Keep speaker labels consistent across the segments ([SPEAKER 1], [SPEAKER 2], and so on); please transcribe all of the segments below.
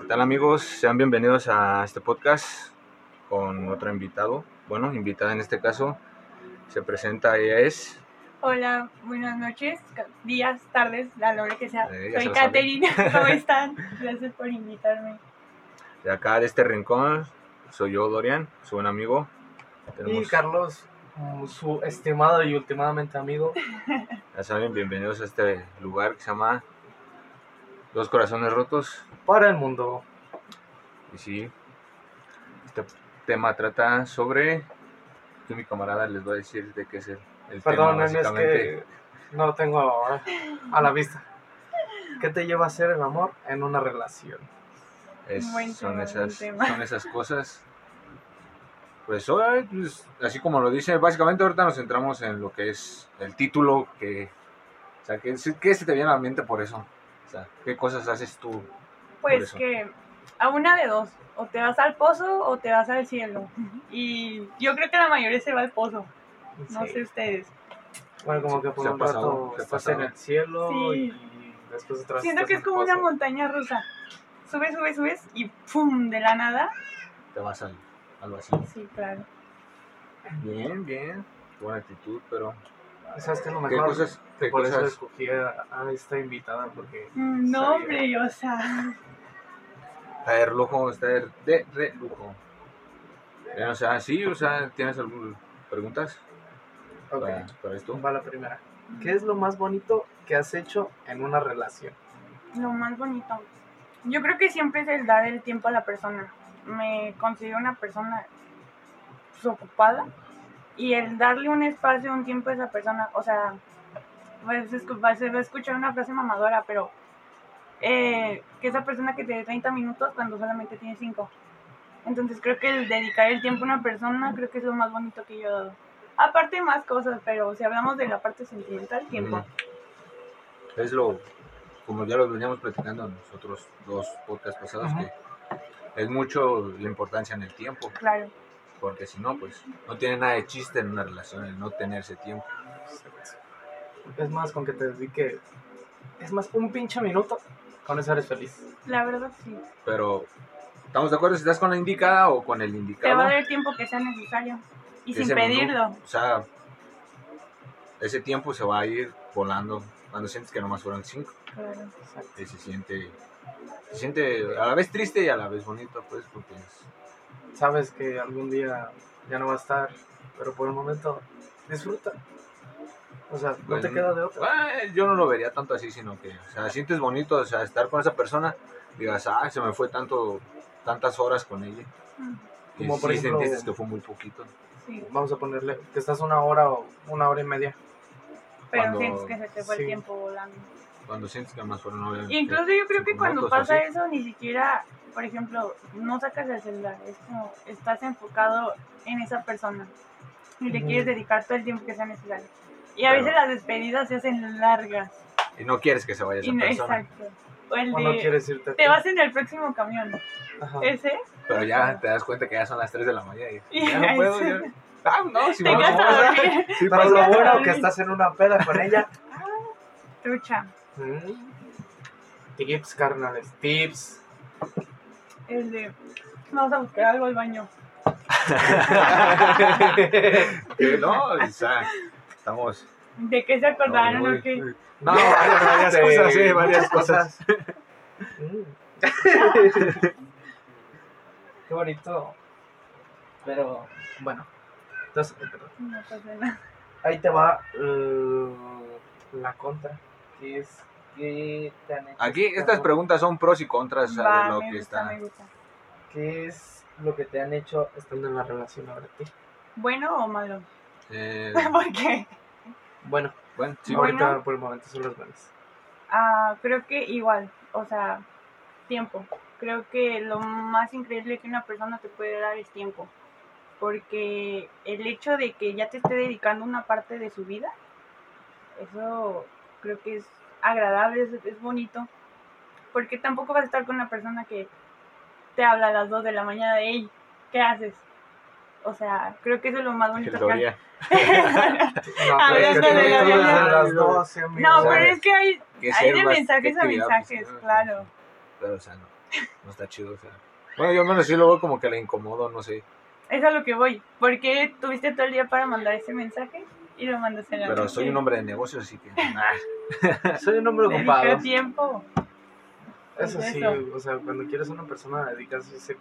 [SPEAKER 1] ¿Qué tal amigos? Sean bienvenidos a este podcast con otro invitado. Bueno, invitada en este caso se presenta, ella es...
[SPEAKER 2] Hola, buenas noches, días, tardes, la hora que sea.
[SPEAKER 1] Eh, ya se
[SPEAKER 2] Soy
[SPEAKER 1] lo sabe.
[SPEAKER 2] Caterina, ¿cómo están? Gracias por invitarme.
[SPEAKER 1] De acá, de este rincón, soy yo, Dorian, su buen amigo.
[SPEAKER 3] Y
[SPEAKER 1] Tenemos,
[SPEAKER 3] Carlos, mm, su estimado y últimamente amigo.
[SPEAKER 1] ya saben, bienvenidos a este lugar que se llama Dos Corazones Rotos.
[SPEAKER 3] Para el mundo.
[SPEAKER 1] Y sí, este tema trata sobre... que mi camarada les va a decir de qué es el, el
[SPEAKER 3] Perdón,
[SPEAKER 1] tema,
[SPEAKER 3] es
[SPEAKER 1] básicamente.
[SPEAKER 3] que no lo tengo ahora a la vista. ¿Qué te lleva a hacer el amor en una relación?
[SPEAKER 1] Es-
[SPEAKER 2] Buen
[SPEAKER 1] son,
[SPEAKER 2] tema,
[SPEAKER 1] esas,
[SPEAKER 2] buen tema.
[SPEAKER 1] son esas cosas. Pues, ahora, pues, así como lo dice, básicamente ahorita nos centramos en lo que es el título, que, o sea, que, sí- ¿qué se te viene a la mente por eso? O sea, ¿qué cosas haces tú?
[SPEAKER 2] Pues
[SPEAKER 1] eso.
[SPEAKER 2] que a una de dos, o te vas al pozo o te vas al cielo. Y yo creo que la mayoría se va al pozo, no
[SPEAKER 3] Sí.
[SPEAKER 2] sé ustedes.
[SPEAKER 3] Bueno, como que
[SPEAKER 1] Se
[SPEAKER 3] por
[SPEAKER 1] ha
[SPEAKER 3] un
[SPEAKER 1] pasado,
[SPEAKER 3] rato
[SPEAKER 1] se ha
[SPEAKER 3] estás
[SPEAKER 1] pasado.
[SPEAKER 3] en el cielo
[SPEAKER 2] Sí.
[SPEAKER 3] y después otra vez
[SPEAKER 2] Siento
[SPEAKER 3] estás
[SPEAKER 2] que
[SPEAKER 3] en
[SPEAKER 2] es
[SPEAKER 3] el
[SPEAKER 2] como una
[SPEAKER 3] pozo.
[SPEAKER 2] montaña rusa. Subes, subes, subes y ¡pum! de la nada.
[SPEAKER 1] Te vas al, al vacío.
[SPEAKER 2] Sí, claro.
[SPEAKER 1] Bien, bien. Buena actitud, pero...
[SPEAKER 3] ¿Sabes qué es lo
[SPEAKER 1] ¿Qué
[SPEAKER 3] mejor?
[SPEAKER 1] cosas? ¿Qué
[SPEAKER 3] por eso
[SPEAKER 1] cosas?
[SPEAKER 3] escogí a, a esta invitada, porque
[SPEAKER 2] Mm, No,
[SPEAKER 3] Sabía.
[SPEAKER 2] hombre, o sea,
[SPEAKER 1] Está de lujo, está de, de, de lujo. Eh, O sea, sí, o sea, ¿tienes algunas preguntas
[SPEAKER 3] Ok,
[SPEAKER 1] para, para esto?
[SPEAKER 3] va la primera. ¿Qué es lo más bonito que has hecho en una relación?
[SPEAKER 2] lo más bonito. Yo creo que siempre es el dar el tiempo a la persona. Me considero una persona pues, ocupada y el darle un espacio, un tiempo a esa persona, o sea, pues, escu- va- se va a escuchar una frase mamadora, pero eh, que esa persona que te dé 30 minutos cuando solamente tiene 5. Entonces creo que el dedicar el tiempo a una persona creo que es lo más bonito que yo he dado. Aparte más cosas, pero si hablamos de la parte sentimental, tiempo.
[SPEAKER 1] Ujú. Es lo, como ya lo veníamos platicando en nosotros dos podcasts pasados,
[SPEAKER 3] Ajá.
[SPEAKER 1] que es mucho la importancia en el tiempo,
[SPEAKER 2] Claro.
[SPEAKER 1] porque si no, pues no tiene nada de chiste en una relación el no tener ese tiempo.
[SPEAKER 3] Es más, con que te dedique. Es más, un pinche minuto. Con eso eres feliz.
[SPEAKER 2] La verdad sí.
[SPEAKER 1] Pero, ¿estamos de acuerdo si estás con la indicada o con el
[SPEAKER 2] Te va a
[SPEAKER 1] indicado?
[SPEAKER 2] dar el tiempo que sea necesario. Y sin
[SPEAKER 1] Ese menú,
[SPEAKER 2] pedirlo.
[SPEAKER 1] o sea, ese tiempo se va a ir volando cuando sientes que nomás fueron cinco.
[SPEAKER 2] Claro.
[SPEAKER 1] Y se siente, se siente a la vez triste y a la vez bonito, pues, porque es-
[SPEAKER 3] Sabes que algún día ya no va a estar, pero por el momento disfruta. O sea, no te
[SPEAKER 1] Bueno.
[SPEAKER 3] queda de otra.
[SPEAKER 1] Ah, yo no lo vería tanto así, sino que, o sea, sientes bonito, o sea, estar con esa persona, digas, ah, se me fue tanto, tantas horas con ella.
[SPEAKER 2] Mm,
[SPEAKER 1] Y
[SPEAKER 3] Como por
[SPEAKER 1] sí
[SPEAKER 3] ejemplo-
[SPEAKER 1] sentiste que fue muy poquito.
[SPEAKER 2] Sí.
[SPEAKER 3] Vamos a ponerle que estás una hora o una hora y media.
[SPEAKER 2] Pero
[SPEAKER 1] Cuando-
[SPEAKER 2] sientes que se te fue
[SPEAKER 3] sí.
[SPEAKER 2] el tiempo volando.
[SPEAKER 1] Cuando sientes que más fueron nueve.
[SPEAKER 2] Y incluso yo creo que
[SPEAKER 1] cinco
[SPEAKER 2] cuando
[SPEAKER 1] minutos o
[SPEAKER 2] pasa
[SPEAKER 1] así.
[SPEAKER 2] eso, ni siquiera, por ejemplo, no sacas el celular. Es como estás enfocado en esa persona. Y le
[SPEAKER 3] Ujú.
[SPEAKER 2] quieres dedicar todo el tiempo que sea necesario. Y a
[SPEAKER 1] Claro.
[SPEAKER 2] veces las despedidas se hacen largas.
[SPEAKER 1] Y no quieres que se vaya esa
[SPEAKER 2] Y no-
[SPEAKER 1] persona.
[SPEAKER 2] exacto. O el
[SPEAKER 3] O no
[SPEAKER 2] de.
[SPEAKER 3] quieres irte.
[SPEAKER 2] Te vas en el próximo camión.
[SPEAKER 1] Ah.
[SPEAKER 3] Ajá.
[SPEAKER 2] Ese.
[SPEAKER 1] Pero ya te das cuenta que ya son las 3 de la mañana y
[SPEAKER 2] Y
[SPEAKER 1] ya no
[SPEAKER 2] ahí
[SPEAKER 1] puedo.
[SPEAKER 2] se-
[SPEAKER 1] ya- Ah, no, si
[SPEAKER 2] Te
[SPEAKER 1] vamos,
[SPEAKER 2] quedas a
[SPEAKER 1] vamos,
[SPEAKER 2] dormir.
[SPEAKER 1] sí,
[SPEAKER 3] Pero
[SPEAKER 1] pero-
[SPEAKER 3] lo bueno que estás en una peda con ella.
[SPEAKER 2] Trucha.
[SPEAKER 3] Mm. Tips, carnales, tips.
[SPEAKER 2] El de. Vamos a buscar algo al baño.
[SPEAKER 1] que no, o sea, estamos.
[SPEAKER 2] ¿De qué se acordaron o qué?
[SPEAKER 1] No, varias, varias cosas, sí, varias cosas.
[SPEAKER 3] Mm. Qué bonito. Pero bueno. Entonces, eh, perdón.
[SPEAKER 2] No pasa nada.
[SPEAKER 3] ahí te va eh, la contra. Que es que te han hecho
[SPEAKER 1] Aquí
[SPEAKER 3] sentir
[SPEAKER 1] estas
[SPEAKER 3] amor?
[SPEAKER 1] preguntas son pros y contras o sea,
[SPEAKER 2] Va,
[SPEAKER 1] de lo
[SPEAKER 2] me
[SPEAKER 1] que
[SPEAKER 2] gusta,
[SPEAKER 1] está.
[SPEAKER 2] me gusta.
[SPEAKER 3] ¿Qué es lo que te han hecho estando en la relación ahora ti?
[SPEAKER 2] ¿Bueno o malo?
[SPEAKER 1] Eh,
[SPEAKER 2] ¿Por qué?
[SPEAKER 3] Bueno,
[SPEAKER 1] bueno, sí,
[SPEAKER 2] Bueno.
[SPEAKER 3] ahorita por el momento son los buenos.
[SPEAKER 2] Ah, creo que igual, o sea, tiempo. Creo que lo más increíble que una persona te puede dar es tiempo. Porque el hecho de que ya te esté dedicando una parte de su vida, eso creo que es agradable, es, es bonito. Porque tampoco vas a estar con una persona que te habla a las 2 de la mañana de, hey, ¿qué haces? O sea, creo que eso es lo más bonito que
[SPEAKER 1] Gloria.
[SPEAKER 3] No,
[SPEAKER 2] A
[SPEAKER 3] pues,
[SPEAKER 2] ver,
[SPEAKER 3] que
[SPEAKER 2] dale,
[SPEAKER 3] tú
[SPEAKER 2] dale,
[SPEAKER 3] desde
[SPEAKER 2] dale.
[SPEAKER 3] las eh, 12, amigo.
[SPEAKER 2] No,
[SPEAKER 1] ¿sabes?
[SPEAKER 2] pero es que hay,
[SPEAKER 1] que
[SPEAKER 2] hay
[SPEAKER 1] ser
[SPEAKER 2] de
[SPEAKER 1] bas-
[SPEAKER 2] mensajes a
[SPEAKER 1] actividad
[SPEAKER 2] mensajes,
[SPEAKER 1] física,
[SPEAKER 2] claro.
[SPEAKER 1] ah, pues, Pero, o sea, no. No está chido, o sea. Bueno, yo al menos sí lo veo como que le incomodo, no sé.
[SPEAKER 2] Es a lo que voy. Porque tuviste todo el día para mandar ese mensaje y lo mandas en la
[SPEAKER 1] Pero
[SPEAKER 2] noche.
[SPEAKER 1] soy un hombre de negocios, así que. ah,
[SPEAKER 3] Soy un hombre ocupado.
[SPEAKER 2] Dedica tiempo.
[SPEAKER 3] Eso sí,
[SPEAKER 2] Pues Eso.
[SPEAKER 3] o sea, cuando quieres a una persona, dedicas ese,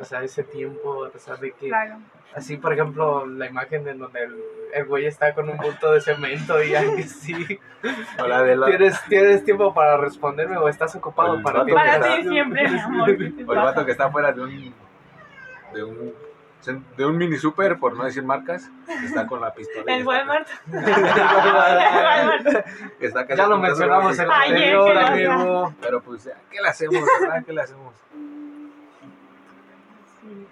[SPEAKER 3] o sea, ese tiempo, a pesar de que...
[SPEAKER 2] Claro.
[SPEAKER 3] Así, por ejemplo, la imagen en donde el, el güey está con un bulto de cemento y ahí sí...
[SPEAKER 1] Hola, de la.
[SPEAKER 3] ¿Tienes, ¿Tienes tiempo para responderme o estás ocupado
[SPEAKER 1] El
[SPEAKER 3] para
[SPEAKER 1] vato
[SPEAKER 3] ti?
[SPEAKER 1] que
[SPEAKER 2] Para
[SPEAKER 1] está-
[SPEAKER 2] ti siempre, mi amor. ¿qué
[SPEAKER 1] O
[SPEAKER 2] te
[SPEAKER 1] el
[SPEAKER 2] pasa?
[SPEAKER 1] vato que está fuera de un. de un. de un mini super, por no decir marcas, que está con la pistola. y
[SPEAKER 2] El
[SPEAKER 1] está-
[SPEAKER 2] Walmart.
[SPEAKER 1] que está casi
[SPEAKER 3] ya lo
[SPEAKER 1] apuntando,
[SPEAKER 3] mencionamos en el
[SPEAKER 1] güey.
[SPEAKER 2] Ay,
[SPEAKER 3] anterior,
[SPEAKER 2] qué cosa.
[SPEAKER 3] amigo.
[SPEAKER 1] Pero pues, ya, ¿qué le hacemos, verdad? ¿Qué le hacemos?
[SPEAKER 2] Sí.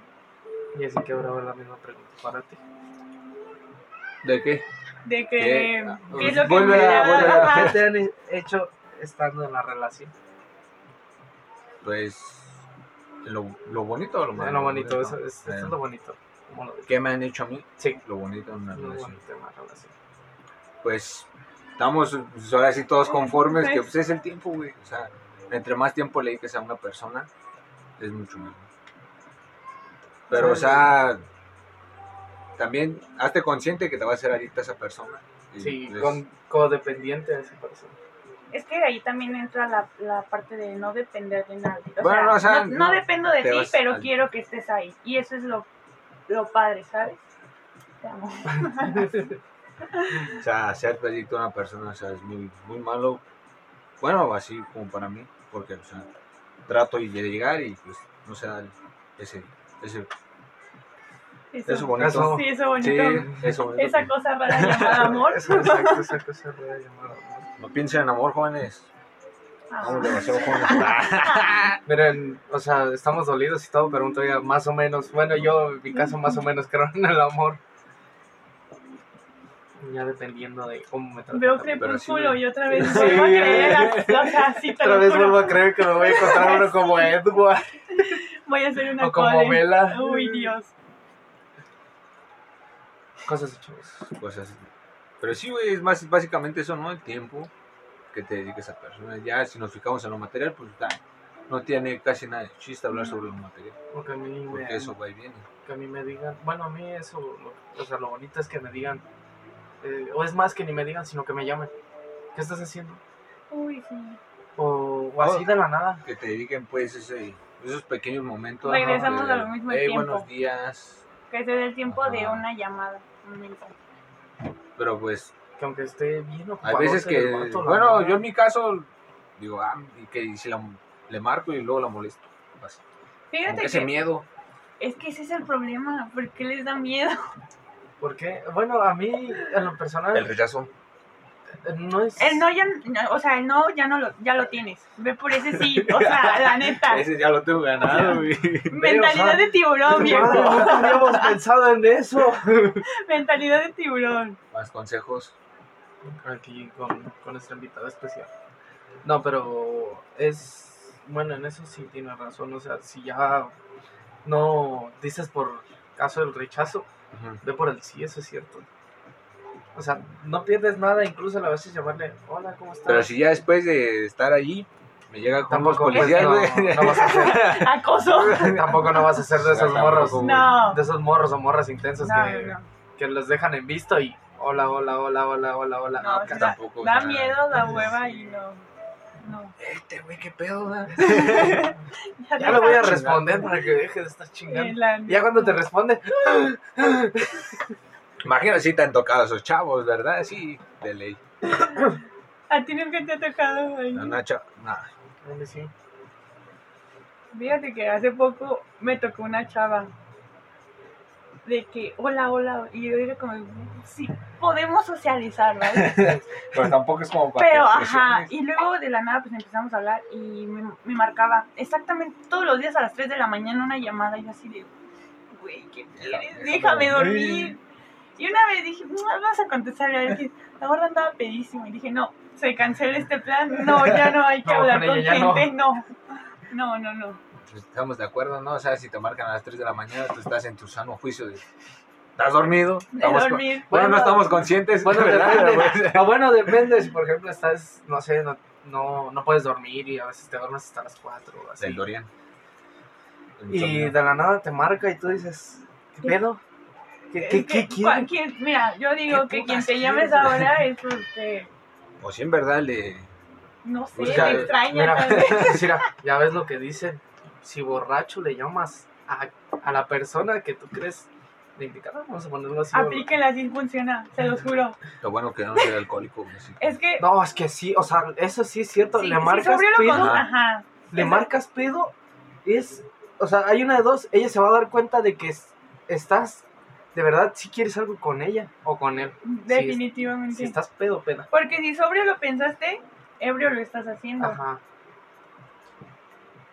[SPEAKER 3] Y así que ahora va la misma pregunta para ti.
[SPEAKER 1] ¿De qué?
[SPEAKER 2] De
[SPEAKER 1] ¿Qué? Ah,
[SPEAKER 2] que. ¿Qué es lo que
[SPEAKER 1] Vuelve
[SPEAKER 2] me
[SPEAKER 1] a-
[SPEAKER 2] da-
[SPEAKER 1] vuelve a-
[SPEAKER 2] Ajá.
[SPEAKER 3] ¿Qué te han hecho estando en la relación?
[SPEAKER 1] Pues. Lo, lo bonito o lo malo.
[SPEAKER 3] Es Ah, lo bonito, eso, es,
[SPEAKER 1] Eh,
[SPEAKER 3] esto es lo bonito. ¿Cómo lo digo?
[SPEAKER 1] ¿Qué me han hecho a mí?
[SPEAKER 3] Sí,
[SPEAKER 1] Lo bonito en una
[SPEAKER 3] lo
[SPEAKER 1] relación.
[SPEAKER 3] bonito de una relación.
[SPEAKER 1] pues estamos pues, ahora sí todos conformes, que pues, es el tiempo, güey. O sea, entre más tiempo le dediques a una persona, es mucho mejor. Pero, o sea, también hazte consciente que te va a hacer adicta a esa persona. Y,
[SPEAKER 3] Sí,
[SPEAKER 1] pues,
[SPEAKER 3] con codependiente de esa persona.
[SPEAKER 2] Es que ahí también entra la, la parte de no depender de nadie. O
[SPEAKER 1] Bueno,
[SPEAKER 2] sea,
[SPEAKER 1] o sea,
[SPEAKER 2] no, no
[SPEAKER 1] no,
[SPEAKER 2] dependo de
[SPEAKER 1] te
[SPEAKER 2] ti,
[SPEAKER 1] vas
[SPEAKER 2] pero
[SPEAKER 1] al-
[SPEAKER 2] quiero que estés ahí. Y eso es lo, lo padre, ¿sabes? Te amo.
[SPEAKER 1] O sea, hacerte adicto a una persona, o sea, es muy, muy malo. Bueno, así como para mí, porque, o sea, trato y de llegar y pues no se da el- ese, ese,
[SPEAKER 2] Eso,
[SPEAKER 1] eso bonito.
[SPEAKER 3] Eso.
[SPEAKER 2] Sí, eso bonito.
[SPEAKER 1] Sí, eso bonito.
[SPEAKER 2] Esa cosa para llamar amor.
[SPEAKER 3] Esa, esa, esa cosa rara llamada amor.
[SPEAKER 1] No piensen en amor, jóvenes.
[SPEAKER 2] Ah.
[SPEAKER 1] Estamos demasiado Ah, jóvenes.
[SPEAKER 3] Miren, o sea, estamos dolidos y todo, pero todavía más o menos. Bueno, yo en mi caso más o menos creo en el amor. Ya dependiendo de cómo me tratan.
[SPEAKER 2] Veo
[SPEAKER 3] también.
[SPEAKER 2] crepúsculo
[SPEAKER 1] sí.
[SPEAKER 2] y otra vez
[SPEAKER 3] Sí.
[SPEAKER 2] vuelvo a creer. O sea, sí, te
[SPEAKER 3] Otra
[SPEAKER 2] lo
[SPEAKER 3] vez
[SPEAKER 2] juro.
[SPEAKER 3] vuelvo a creer que me voy a encontrar uno como Edward
[SPEAKER 2] Voy a hacer una
[SPEAKER 3] o como
[SPEAKER 2] cole.
[SPEAKER 3] Vela.
[SPEAKER 2] Uy, Dios.
[SPEAKER 3] Cosas
[SPEAKER 1] cosas.
[SPEAKER 3] hechas.
[SPEAKER 1] pues Pero sí, güey, es más básicamente eso, ¿no? El tiempo que te dediques a personas. Ya si nos fijamos en lo material, pues da, no tiene casi nada de chiste hablar sobre lo material,
[SPEAKER 3] Porque a mí me,
[SPEAKER 1] porque eso va y viene.
[SPEAKER 3] que a mí me digan, bueno, a mí eso, lo- o sea, lo bonito es que me digan, eh, o es más que ni me digan, sino que me llamen. ¿Qué estás haciendo?
[SPEAKER 2] Uy, sí.
[SPEAKER 3] O, o así de la nada.
[SPEAKER 1] Que te dediquen, pues, ese- esos pequeños momentos.
[SPEAKER 2] Regresamos
[SPEAKER 1] ¿no?
[SPEAKER 2] a lo mismo, el
[SPEAKER 1] "Hey,
[SPEAKER 2] tiempo".
[SPEAKER 1] buenos días.
[SPEAKER 2] Que se dé el tiempo de
[SPEAKER 1] Ajá.
[SPEAKER 2] una llamada. un mensaje.
[SPEAKER 1] Pero pues,
[SPEAKER 3] Que aunque esté bien
[SPEAKER 1] hay
[SPEAKER 3] ocupado.
[SPEAKER 1] veces
[SPEAKER 3] se
[SPEAKER 1] que.
[SPEAKER 3] le mato la
[SPEAKER 1] Bueno,
[SPEAKER 3] nada.
[SPEAKER 1] yo en mi caso, digo, ah, y que y si la- le marco y luego la molesto. Así. Como
[SPEAKER 2] Fíjate
[SPEAKER 1] que ese
[SPEAKER 2] que
[SPEAKER 1] miedo.
[SPEAKER 2] es que ese es el problema. ¿Por qué les da miedo?
[SPEAKER 3] ¿Por qué? Bueno, a mí, en lo personal,
[SPEAKER 1] El rechazo.
[SPEAKER 3] eh, no es...
[SPEAKER 2] El no ya, no, o sea, el no ya no lo, ya lo tienes. Ve por ese sí, o sea, la neta.
[SPEAKER 1] Ese ya lo tengo ganado, güey.
[SPEAKER 2] Mentalidad
[SPEAKER 3] sea,
[SPEAKER 2] de tiburón, viejo.
[SPEAKER 3] Madre, no habíamos pensado en eso.
[SPEAKER 2] Mentalidad de tiburón.
[SPEAKER 1] Más consejos.
[SPEAKER 3] Aquí con, con nuestra invitada especial. No, pero es... Bueno, en eso sí tiene razón. O sea, si ya no dices por caso del rechazo,
[SPEAKER 1] Ujú.
[SPEAKER 3] Ve por el sí, eso es cierto. O sea, no pierdes nada, incluso a veces llamarle, hola, ¿cómo estás?
[SPEAKER 1] Pero si ya después de estar allí me llega con los
[SPEAKER 3] tampoco, pues,
[SPEAKER 1] policías,
[SPEAKER 3] no,
[SPEAKER 1] güey.
[SPEAKER 3] no vas a ser,
[SPEAKER 2] Acoso.
[SPEAKER 3] tampoco no vas a ser de esos
[SPEAKER 1] Tampoco,
[SPEAKER 3] morros,
[SPEAKER 1] güey.
[SPEAKER 2] No.
[SPEAKER 3] de esos morros o morras intensos
[SPEAKER 2] No,
[SPEAKER 3] que,
[SPEAKER 2] no,
[SPEAKER 3] que los dejan en visto y hola, hola, hola, hola, hola, hola.
[SPEAKER 2] No,
[SPEAKER 3] que
[SPEAKER 2] o sea,
[SPEAKER 1] tampoco, o
[SPEAKER 2] Da
[SPEAKER 1] sea,
[SPEAKER 2] miedo, da hueva y no. No.
[SPEAKER 1] Este güey, qué pedo, da?
[SPEAKER 3] ya le voy a
[SPEAKER 1] Chingando.
[SPEAKER 3] responder para que deje de estar chingando.
[SPEAKER 2] La-
[SPEAKER 3] Ya cuando te responde,
[SPEAKER 1] Imagino si te han tocado esos chavos, ¿verdad? Sí, de ley.
[SPEAKER 2] A ti nunca te ha tocado. güey.
[SPEAKER 1] No, no, cha- no.
[SPEAKER 3] "Ay, sí".
[SPEAKER 2] Fíjate que hace poco me tocó una chava de que, hola, hola, y yo era como, sí, podemos socializar, ¿vale?
[SPEAKER 1] Pero tampoco es como para.
[SPEAKER 2] Pero,
[SPEAKER 1] que
[SPEAKER 2] ajá,
[SPEAKER 1] presiones.
[SPEAKER 2] y luego de la nada pues empezamos a hablar y me, me marcaba exactamente todos los días a las 3 de la mañana una llamada y yo así de, güey, ¿qué quieres? Déjame dormir. Y una vez dije, no, vas a contestar, a ver qué- la gorda andaba pedísimo y dije, no, se cancela este plan, no, ya no hay que
[SPEAKER 3] No,
[SPEAKER 2] hablar
[SPEAKER 3] con
[SPEAKER 2] con
[SPEAKER 3] ella ya no.
[SPEAKER 2] gente, no, no, no, no.
[SPEAKER 1] Pues, Estamos de acuerdo, ¿no? O sea, si te marcan a las 3 de la mañana, tú estás en tu sano juicio de. ¿Estás dormido?
[SPEAKER 2] De
[SPEAKER 1] Estamos con-
[SPEAKER 2] dormir.
[SPEAKER 1] Bueno, no
[SPEAKER 3] Bueno,
[SPEAKER 1] estamos conscientes,
[SPEAKER 3] Bueno,
[SPEAKER 1] ¿verdad?
[SPEAKER 3] depende.
[SPEAKER 1] Pero, pues,
[SPEAKER 3] Ah, bueno, depende. Si, por ejemplo, estás, no sé, no, no, no puedes dormir y a veces te duermes hasta las 4 o así.
[SPEAKER 1] Del Dorian.
[SPEAKER 3] Y de la nada te marca y tú dices, ¿qué
[SPEAKER 2] ¿Qué?
[SPEAKER 3] pedo? ¿Qué,
[SPEAKER 2] Es que
[SPEAKER 3] qué, qué quiere?
[SPEAKER 2] cualquier- Este, Mira, yo digo
[SPEAKER 3] ¿Qué
[SPEAKER 2] que quien
[SPEAKER 3] putas
[SPEAKER 2] te llames
[SPEAKER 3] quieres?
[SPEAKER 2] ahora es porque,
[SPEAKER 1] O si en verdad le.
[SPEAKER 2] no sé,
[SPEAKER 1] Busca-
[SPEAKER 2] me extraña
[SPEAKER 3] Mira,
[SPEAKER 2] tal vez.
[SPEAKER 3] mira, ya ves lo que dicen. Si borracho le llamas a, a la persona que tú crees de indicada, vamos a ponerlo así.
[SPEAKER 2] Aplíquenla, así funciona, se los juro.
[SPEAKER 1] Lo bueno que yo no soy alcohólico. güey, sí.
[SPEAKER 2] Es que,
[SPEAKER 3] No, es que sí, o sea, eso sí es cierto.
[SPEAKER 2] si,
[SPEAKER 3] le
[SPEAKER 2] si
[SPEAKER 3] marcas
[SPEAKER 2] sobrio lo
[SPEAKER 3] pedo,
[SPEAKER 2] con- ajá.
[SPEAKER 3] le
[SPEAKER 2] Exacto.
[SPEAKER 3] marcas pedo, es, o sea, hay una de dos, ella se va a dar cuenta de que es- estás, de verdad, si quieres algo con ella o con él.
[SPEAKER 2] Definitivamente.
[SPEAKER 3] Si estás pedo, peda.
[SPEAKER 2] Porque si sobrio lo pensaste, ebrio lo estás haciendo.
[SPEAKER 3] Ajá.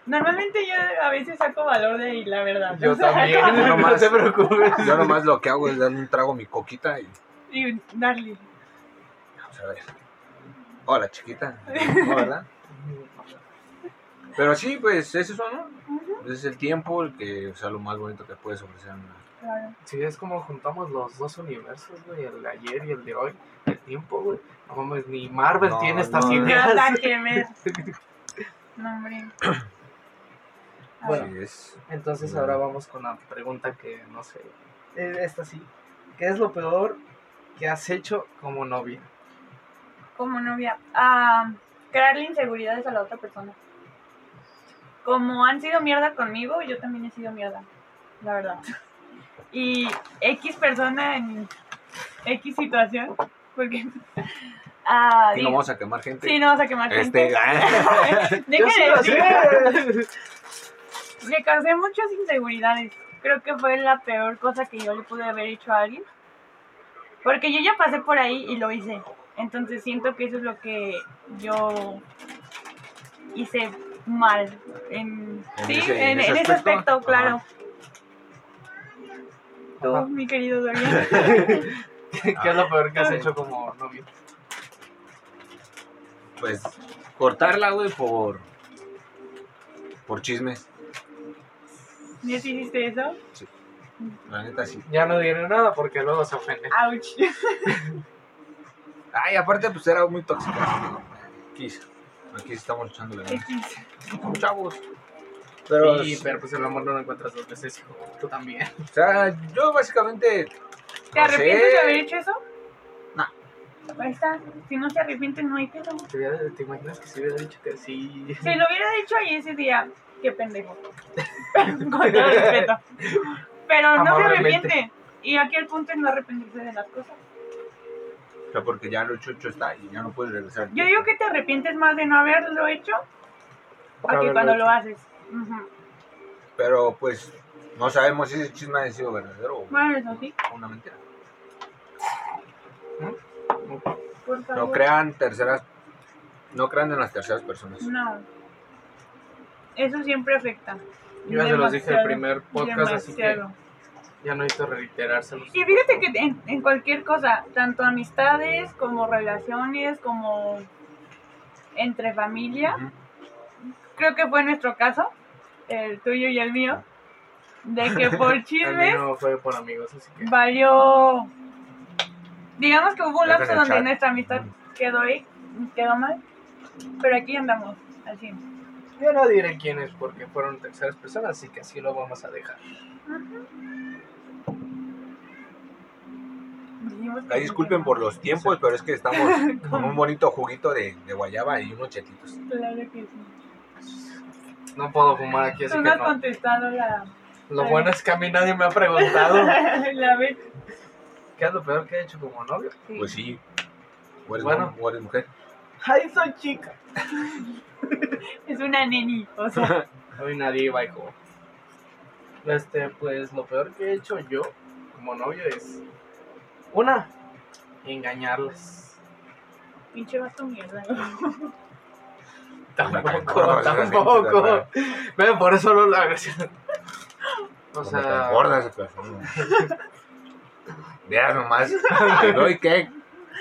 [SPEAKER 2] Normalmente yo a veces saco valor de ahí, la verdad.
[SPEAKER 3] Yo
[SPEAKER 2] O sea,
[SPEAKER 3] también,
[SPEAKER 2] como-
[SPEAKER 3] no,
[SPEAKER 1] nomás-
[SPEAKER 3] te preocupes.
[SPEAKER 1] Yo nomás lo que hago es darle un trago a mi coquita y.
[SPEAKER 2] Y darle.
[SPEAKER 1] Vamos a ver. Hola, chiquita. No, ¿verdad? Pero sí, pues es eso, ¿no? Es el tiempo el que, o sea, lo más bonito que puedes ofrecer. a una-
[SPEAKER 2] Claro.
[SPEAKER 3] Sí, es como juntamos los dos universos, güey, el de ayer y el de hoy, el tiempo, güey. No mames, ni Marvel
[SPEAKER 1] No,
[SPEAKER 3] tiene estas
[SPEAKER 1] no, no.
[SPEAKER 3] ideas.
[SPEAKER 2] Nada que ver. No, hombre. A
[SPEAKER 3] Bueno.
[SPEAKER 2] ver.
[SPEAKER 1] Sí, es.
[SPEAKER 3] Entonces ahora vamos con la pregunta que no sé. eh, Esta sí. ¿Qué es lo peor que has hecho como novia?
[SPEAKER 2] como novia, a crearle inseguridades a la otra persona. Como han sido mierda conmigo, yo también he sido mierda, la verdad. Y X persona en X situación, porque... ah,
[SPEAKER 1] Y no
[SPEAKER 2] digo-
[SPEAKER 1] vamos a quemar gente.
[SPEAKER 2] sí, no vas a quemar
[SPEAKER 1] este.
[SPEAKER 2] gente. Dejen
[SPEAKER 3] Yo sí
[SPEAKER 2] de
[SPEAKER 3] lo
[SPEAKER 2] decir,
[SPEAKER 3] sé.
[SPEAKER 2] le causé muchas inseguridades. Creo que fue la peor cosa que yo le pude haber hecho a alguien. Porque yo ya pasé por ahí y lo hice. Entonces siento que eso es lo que yo hice mal. En,
[SPEAKER 1] En
[SPEAKER 2] sí,
[SPEAKER 1] ese-
[SPEAKER 2] en, en ese, aspecto, claro.
[SPEAKER 1] Ajá.
[SPEAKER 2] Tú,
[SPEAKER 3] Ajá.
[SPEAKER 2] mi querido Dorian.
[SPEAKER 3] ¿Qué es lo peor que has hecho como novia?
[SPEAKER 1] Pues cortarla, güey, por. Por chismes.
[SPEAKER 2] ¿Ya te hiciste eso?
[SPEAKER 1] La neta, sí.
[SPEAKER 3] Ya no diré nada porque luego se ofende.
[SPEAKER 2] Ouch.
[SPEAKER 1] Ay, aparte, pues era muy tóxica. así que, Quis. Aquí estamos luchando la
[SPEAKER 2] ¿Qué hiciste?
[SPEAKER 1] Como chavos. Pero,
[SPEAKER 3] Sí, pero pues el amor no lo encuentras dos veces, hijo. Tú también.
[SPEAKER 1] o sea, yo básicamente.
[SPEAKER 2] ¿Te
[SPEAKER 1] No
[SPEAKER 2] arrepientes
[SPEAKER 1] sé.
[SPEAKER 2] de haber hecho eso?
[SPEAKER 1] No.
[SPEAKER 2] Ahí está. Si no se arrepienten, no hay pedo.
[SPEAKER 3] ¿Te, hubiera- te imaginas que si hubiera dicho que sí?
[SPEAKER 2] Si lo hubiera dicho ahí ese día, qué pendejo. Con todo respeto. Pero no se
[SPEAKER 3] Amablemente.
[SPEAKER 2] arrepiente. Y aquí el punto es no arrepentirse de las cosas.
[SPEAKER 1] O sea, porque ya lo hecho, hecho está y ya no puedes regresar.
[SPEAKER 2] Yo digo que te arrepientes más de no haberlo hecho a que
[SPEAKER 3] haberlo
[SPEAKER 2] cuando
[SPEAKER 3] hecho.
[SPEAKER 2] lo haces. Ujú.
[SPEAKER 1] Pero pues no sabemos si ese chisme ha sido verdadero o
[SPEAKER 2] Bueno, eso sí,
[SPEAKER 1] una mentira.
[SPEAKER 2] por favor.
[SPEAKER 1] No crean terceras, no crean en las terceras personas.
[SPEAKER 2] No. Eso siempre afecta.
[SPEAKER 3] Yo ya se los dije en el primer podcast, así que
[SPEAKER 2] demasiado.
[SPEAKER 3] ya no necesito reiterárselos.
[SPEAKER 2] Y fíjate que en, en cualquier cosa, tanto amistades como relaciones, como entre familia,
[SPEAKER 1] Ujú.
[SPEAKER 2] creo que fue nuestro caso, el tuyo y el mío, de que por
[SPEAKER 3] El
[SPEAKER 2] chismes
[SPEAKER 3] mío fue por amigos, así que.
[SPEAKER 2] valió. Digamos que hubo un
[SPEAKER 1] Deja en
[SPEAKER 2] lapso
[SPEAKER 1] el
[SPEAKER 2] donde
[SPEAKER 1] chat.
[SPEAKER 2] nuestra amistad quedó ahí, quedó mal, pero aquí andamos, así.
[SPEAKER 3] Yo no diré quiénes porque fueron terceras personas, así que así lo vamos a dejar.
[SPEAKER 2] Dijimos que-
[SPEAKER 1] Ahí disculpen por los tiempos, pero es que estamos con un bonito juguito de, de guayaba y unos chetitos.
[SPEAKER 2] Claro que sí.
[SPEAKER 3] No puedo fumar aquí, así
[SPEAKER 2] Tú
[SPEAKER 3] que
[SPEAKER 2] no has
[SPEAKER 3] no.
[SPEAKER 2] contestado la,
[SPEAKER 3] Lo bueno es que a mí nadie me ha preguntado
[SPEAKER 2] la vez.
[SPEAKER 3] qué es lo peor que he hecho como novio.
[SPEAKER 1] Pues sí, o eres,
[SPEAKER 3] Bueno.
[SPEAKER 1] mu- o eres mujer.
[SPEAKER 3] ¡Ay, soy chica!
[SPEAKER 2] Es una neni, o sea,
[SPEAKER 3] A mí nadie va hijo. Este, pues lo peor que he hecho yo como novio es. Una, engañarlas.
[SPEAKER 2] pinche vas tu mierda.
[SPEAKER 3] Tampoco, tampoco. Ven, por eso no lo hagas. O
[SPEAKER 1] O sea,
[SPEAKER 3] sea.
[SPEAKER 1] tan gorda esa persona. Veas nomás, te doy que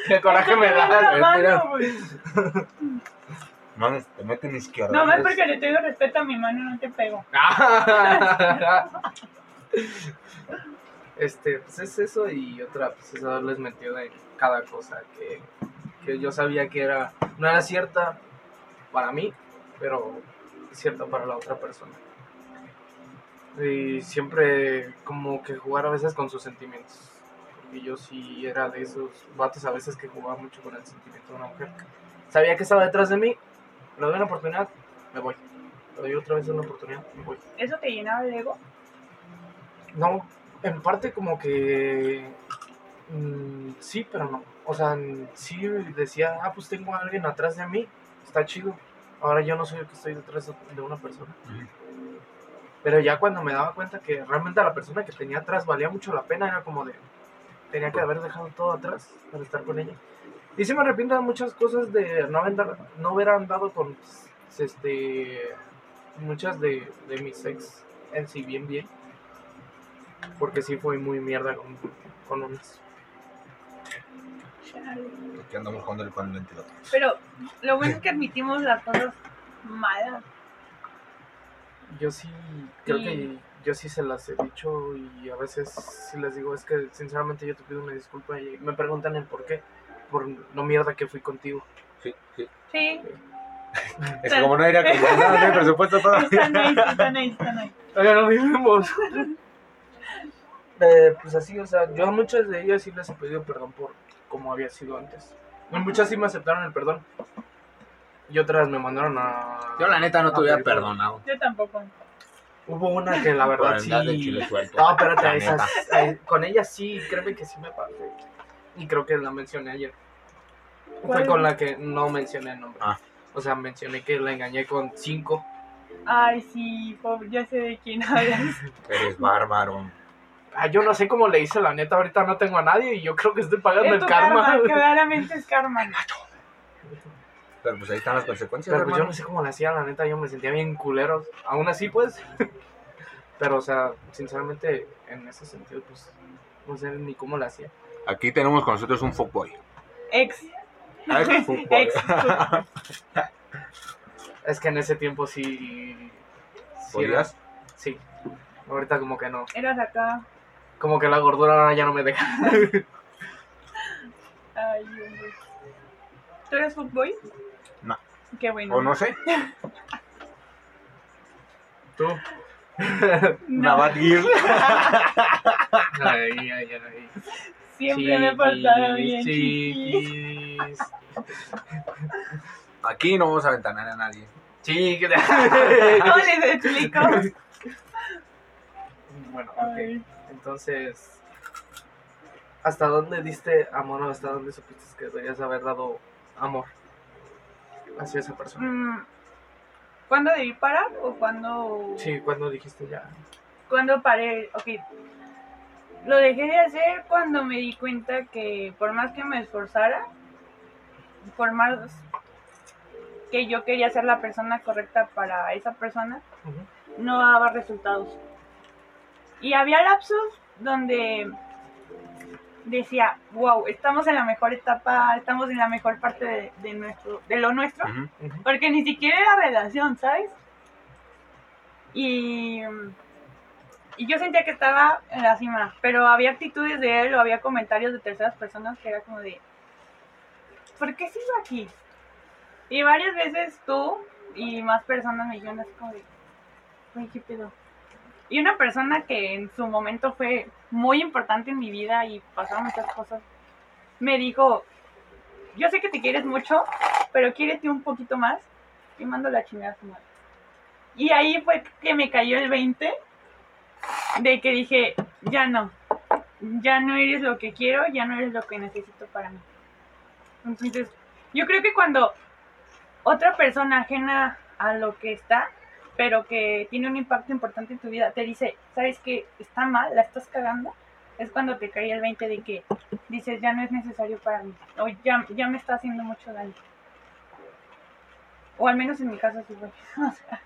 [SPEAKER 3] El coraje me da.
[SPEAKER 1] espera.
[SPEAKER 2] No
[SPEAKER 1] no te meten izquierda.
[SPEAKER 2] más porque le tengo respeto a mi mano, no te pego.
[SPEAKER 3] Este, pues es eso y otra, pues es haberles metido en cada cosa que, que yo sabía que era, no era cierta para mí, pero cierta para la otra persona. Y siempre como que jugar a veces con sus sentimientos. Porque yo sí era de esos vatos a veces que jugaba mucho con el sentimiento de una mujer. Sabía que estaba detrás de mí, le doy una oportunidad, me voy. Le doy otra vez una oportunidad, me voy.
[SPEAKER 2] ¿Eso te llenaba el ego?
[SPEAKER 3] No, en parte como que mm, sí, pero no. O sea, mm, sí decía, ah, pues tengo a alguien atrás de mí, está chido. Ahora yo no soy el que estoy detrás de una persona.
[SPEAKER 1] Ujú.
[SPEAKER 3] Pero ya cuando me daba cuenta que realmente la persona que tenía atrás valía mucho la pena, era como de, tenía que haber dejado todo atrás para estar con ella. Y sí me arrepiento de muchas cosas de no haber, andado- no haber andado con pues, este muchas de, de mis ex en sí bien bien. Porque sí fue muy mierda con, con unas.
[SPEAKER 1] Aquí andamos jugando con el ventilador.
[SPEAKER 2] Pero lo bueno es que admitimos las cosas malas.
[SPEAKER 3] Yo sí, creo que
[SPEAKER 2] Y-
[SPEAKER 3] yo sí se las he dicho y a veces sí les digo, es que sinceramente yo te pido una disculpa y me preguntan el por qué, por lo mierda que fui contigo.
[SPEAKER 1] Sí, sí.
[SPEAKER 2] Sí,
[SPEAKER 1] Es que como no era como no hay presupuesto todavía.
[SPEAKER 2] están ahí, están ahí, están ahí.
[SPEAKER 3] Todavía no vivimos. Eh, pues así, o sea, yo a muchas de ellas sí les he pedido perdón por cómo había sido antes. Y muchas sí me aceptaron el perdón. Y otras me mandaron a...
[SPEAKER 1] Yo la neta no te hubiera
[SPEAKER 3] Ah,
[SPEAKER 1] perdonado.
[SPEAKER 2] Yo tampoco.
[SPEAKER 3] Hubo una que la verdad
[SPEAKER 1] Por
[SPEAKER 3] sí...
[SPEAKER 1] andar de chile suelto.
[SPEAKER 3] No, espérate,
[SPEAKER 1] La
[SPEAKER 3] a esas,
[SPEAKER 1] neta.
[SPEAKER 3] a- con ella sí, créeme que sí me pasé. Y creo que la mencioné ayer. Fue
[SPEAKER 2] ¿Cuál?
[SPEAKER 3] con la que no mencioné el nombre.
[SPEAKER 1] Ah.
[SPEAKER 3] O sea, mencioné que la engañé con cinco.
[SPEAKER 2] Ay, sí, pobre, ya sé de quién hablas.
[SPEAKER 1] Eres bárbaro.
[SPEAKER 3] Ah, yo no sé cómo le hice, la neta, ahorita no tengo a nadie y yo creo que estoy pagando
[SPEAKER 2] Es
[SPEAKER 3] el
[SPEAKER 2] tu
[SPEAKER 3] karma.
[SPEAKER 2] claramente es karma.
[SPEAKER 1] Pero pues ahí están las consecuencias,
[SPEAKER 3] Pero pues yo
[SPEAKER 1] hermano.
[SPEAKER 3] no sé cómo la hacía, la neta, yo me sentía bien culero. Aún así, pues. Pero, o sea, sinceramente, en ese sentido, pues, no sé ni cómo la hacía.
[SPEAKER 1] Aquí tenemos con nosotros un fuckboy.
[SPEAKER 2] Ex.
[SPEAKER 1] Ah, es un fuckboy.
[SPEAKER 2] Ex.
[SPEAKER 3] Es que en ese tiempo sí. Sí, era-
[SPEAKER 1] ¿Podías?
[SPEAKER 3] sí. Ahorita como que no.
[SPEAKER 2] Eras acá.
[SPEAKER 3] Como que la gordura ahora ya no me deja.
[SPEAKER 2] Ay, Dios mío. ¿Tú eres fuckboy?
[SPEAKER 1] No.
[SPEAKER 2] Qué bueno.
[SPEAKER 1] O no sé.
[SPEAKER 3] Tú.
[SPEAKER 1] Una Bad Gear.
[SPEAKER 3] Ay, ay, ay.
[SPEAKER 2] Siempre me he portado bien.
[SPEAKER 3] Chiquis,
[SPEAKER 2] chiquis.
[SPEAKER 3] chiquis.
[SPEAKER 1] Aquí no vamos a ventanar a nadie.
[SPEAKER 3] Chiquis.
[SPEAKER 2] ¿Cómo les explico?
[SPEAKER 3] Bueno, ok.
[SPEAKER 2] Ay.
[SPEAKER 3] Entonces, ¿hasta dónde diste amor o hasta dónde supiste que deberías haber dado amor hacia esa persona?
[SPEAKER 2] Mm, ¿Cuándo debí parar o cuándo.?
[SPEAKER 3] Sí, cuando dijiste ya.
[SPEAKER 2] cuando paré, ok, lo dejé de hacer cuando me di cuenta que por más que me esforzara, por más que yo quería ser la persona correcta para esa persona,
[SPEAKER 3] Ujú.
[SPEAKER 2] no daba resultados. Y había lapsos donde decía, wow, estamos en la mejor etapa, estamos en la mejor parte de, de nuestro, de lo nuestro,
[SPEAKER 1] Ujú.
[SPEAKER 3] Ujú.
[SPEAKER 2] porque ni siquiera era relación, ¿sabes? Y, y yo sentía que estaba en la cima, pero había actitudes de él o había comentarios de terceras personas que era como de, ¿por qué sigo aquí? Y varias veces tú y más personas me dijeron así como de, "Güey, ¿qué pedo?". Y una persona que en su momento fue muy importante en mi vida y pasaron muchas cosas, me dijo, yo sé que te quieres mucho, pero quiérete un poquito más y mando la chingada a su madre. Y ahí fue que me cayó el 20 de que dije, ya no, ya no eres lo que quiero, ya no eres lo que necesito para mí. Entonces, yo creo que cuando otra persona ajena a lo que está, pero que tiene un impacto importante en tu vida, te dice, ¿sabes qué? Está mal, la estás cagando. Es cuando te cae el 20 de que dices, ya no es necesario para mí, o ya, ya me está haciendo mucho daño. O al menos en mi caso sí fue. O sea,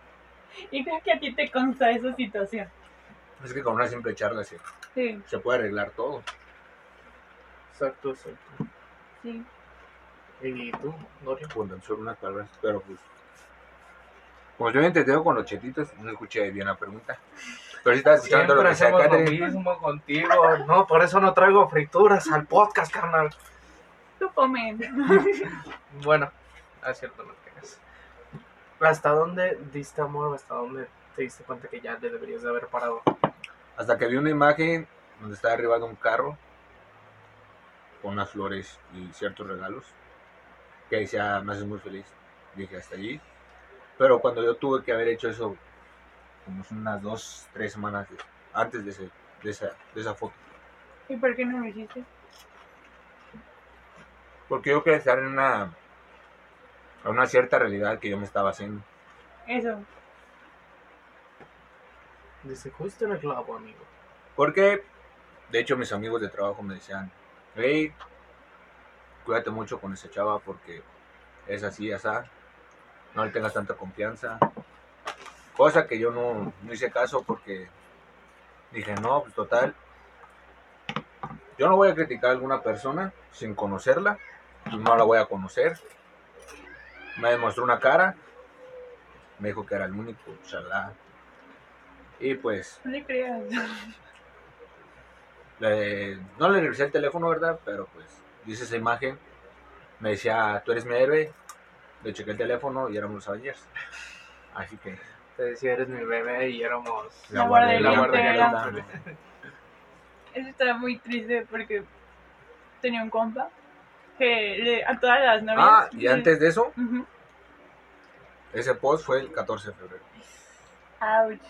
[SPEAKER 2] y creo que a ti te consta esa situación.
[SPEAKER 1] Es que con una simple charla se,
[SPEAKER 2] Sí,
[SPEAKER 1] se puede arreglar todo.
[SPEAKER 3] Exacto, exacto.
[SPEAKER 2] sí.
[SPEAKER 3] ¿Y tú, Dorio?
[SPEAKER 1] Bueno, son unas palabras, pero pues. Como Pues, yo me entretenido con los chetitos, no escuché bien la pregunta. Pero sí estaba escuchando
[SPEAKER 3] Siempre
[SPEAKER 1] lo que decía
[SPEAKER 3] hacemos lo
[SPEAKER 1] Catherine.
[SPEAKER 3] mismo contigo. No, por eso no traigo frituras al podcast, carnal.
[SPEAKER 2] Tú comen.
[SPEAKER 3] Bueno, es cierto, no te creas. ¿Hasta dónde diste amor o hasta dónde te diste cuenta que ya le deberías de haber parado.
[SPEAKER 1] Hasta que vi una imagen donde está derribado un carro con unas flores y ciertos regalos. Que ahí sea, me hace muy feliz. Dije, hasta allí. Pero cuando yo tuve que haber hecho eso, como unas dos, tres semanas de- antes de, ese- de esa, de esa foto.
[SPEAKER 2] ¿Y por qué no lo hiciste?
[SPEAKER 1] Porque yo quería estar en una, en una cierta realidad que yo me estaba haciendo.
[SPEAKER 2] Eso.
[SPEAKER 3] Dice, justo en el clavo, amigo.
[SPEAKER 1] Porque, de hecho, mis amigos de trabajo me decían, hey, cuídate mucho con esa chava porque es así, asá, no le tengas tanta confianza. Cosa que yo no, no hice caso porque dije, no, pues total, yo no voy a criticar a alguna persona sin conocerla, y no la voy a conocer. Me demostró una cara, me dijo que era el único, chalá. Y pues
[SPEAKER 2] No le creas.
[SPEAKER 1] le- no le regresé el teléfono, ¿verdad? Pero pues dice esa imagen. Me decía, tú eres mi héroe. Le chequé el teléfono y éramos los Avengers. Así que
[SPEAKER 3] Te decía, eres mi bebé y éramos...
[SPEAKER 2] La guardería
[SPEAKER 1] la
[SPEAKER 3] entera.
[SPEAKER 1] entera.
[SPEAKER 2] Eso estaba muy triste porque tenía un compa que le, a todas las novias.
[SPEAKER 1] Ah, y
[SPEAKER 2] le-
[SPEAKER 1] antes de eso,
[SPEAKER 2] Ujú.
[SPEAKER 1] ese post fue el 14 de febrero.
[SPEAKER 2] Ouch.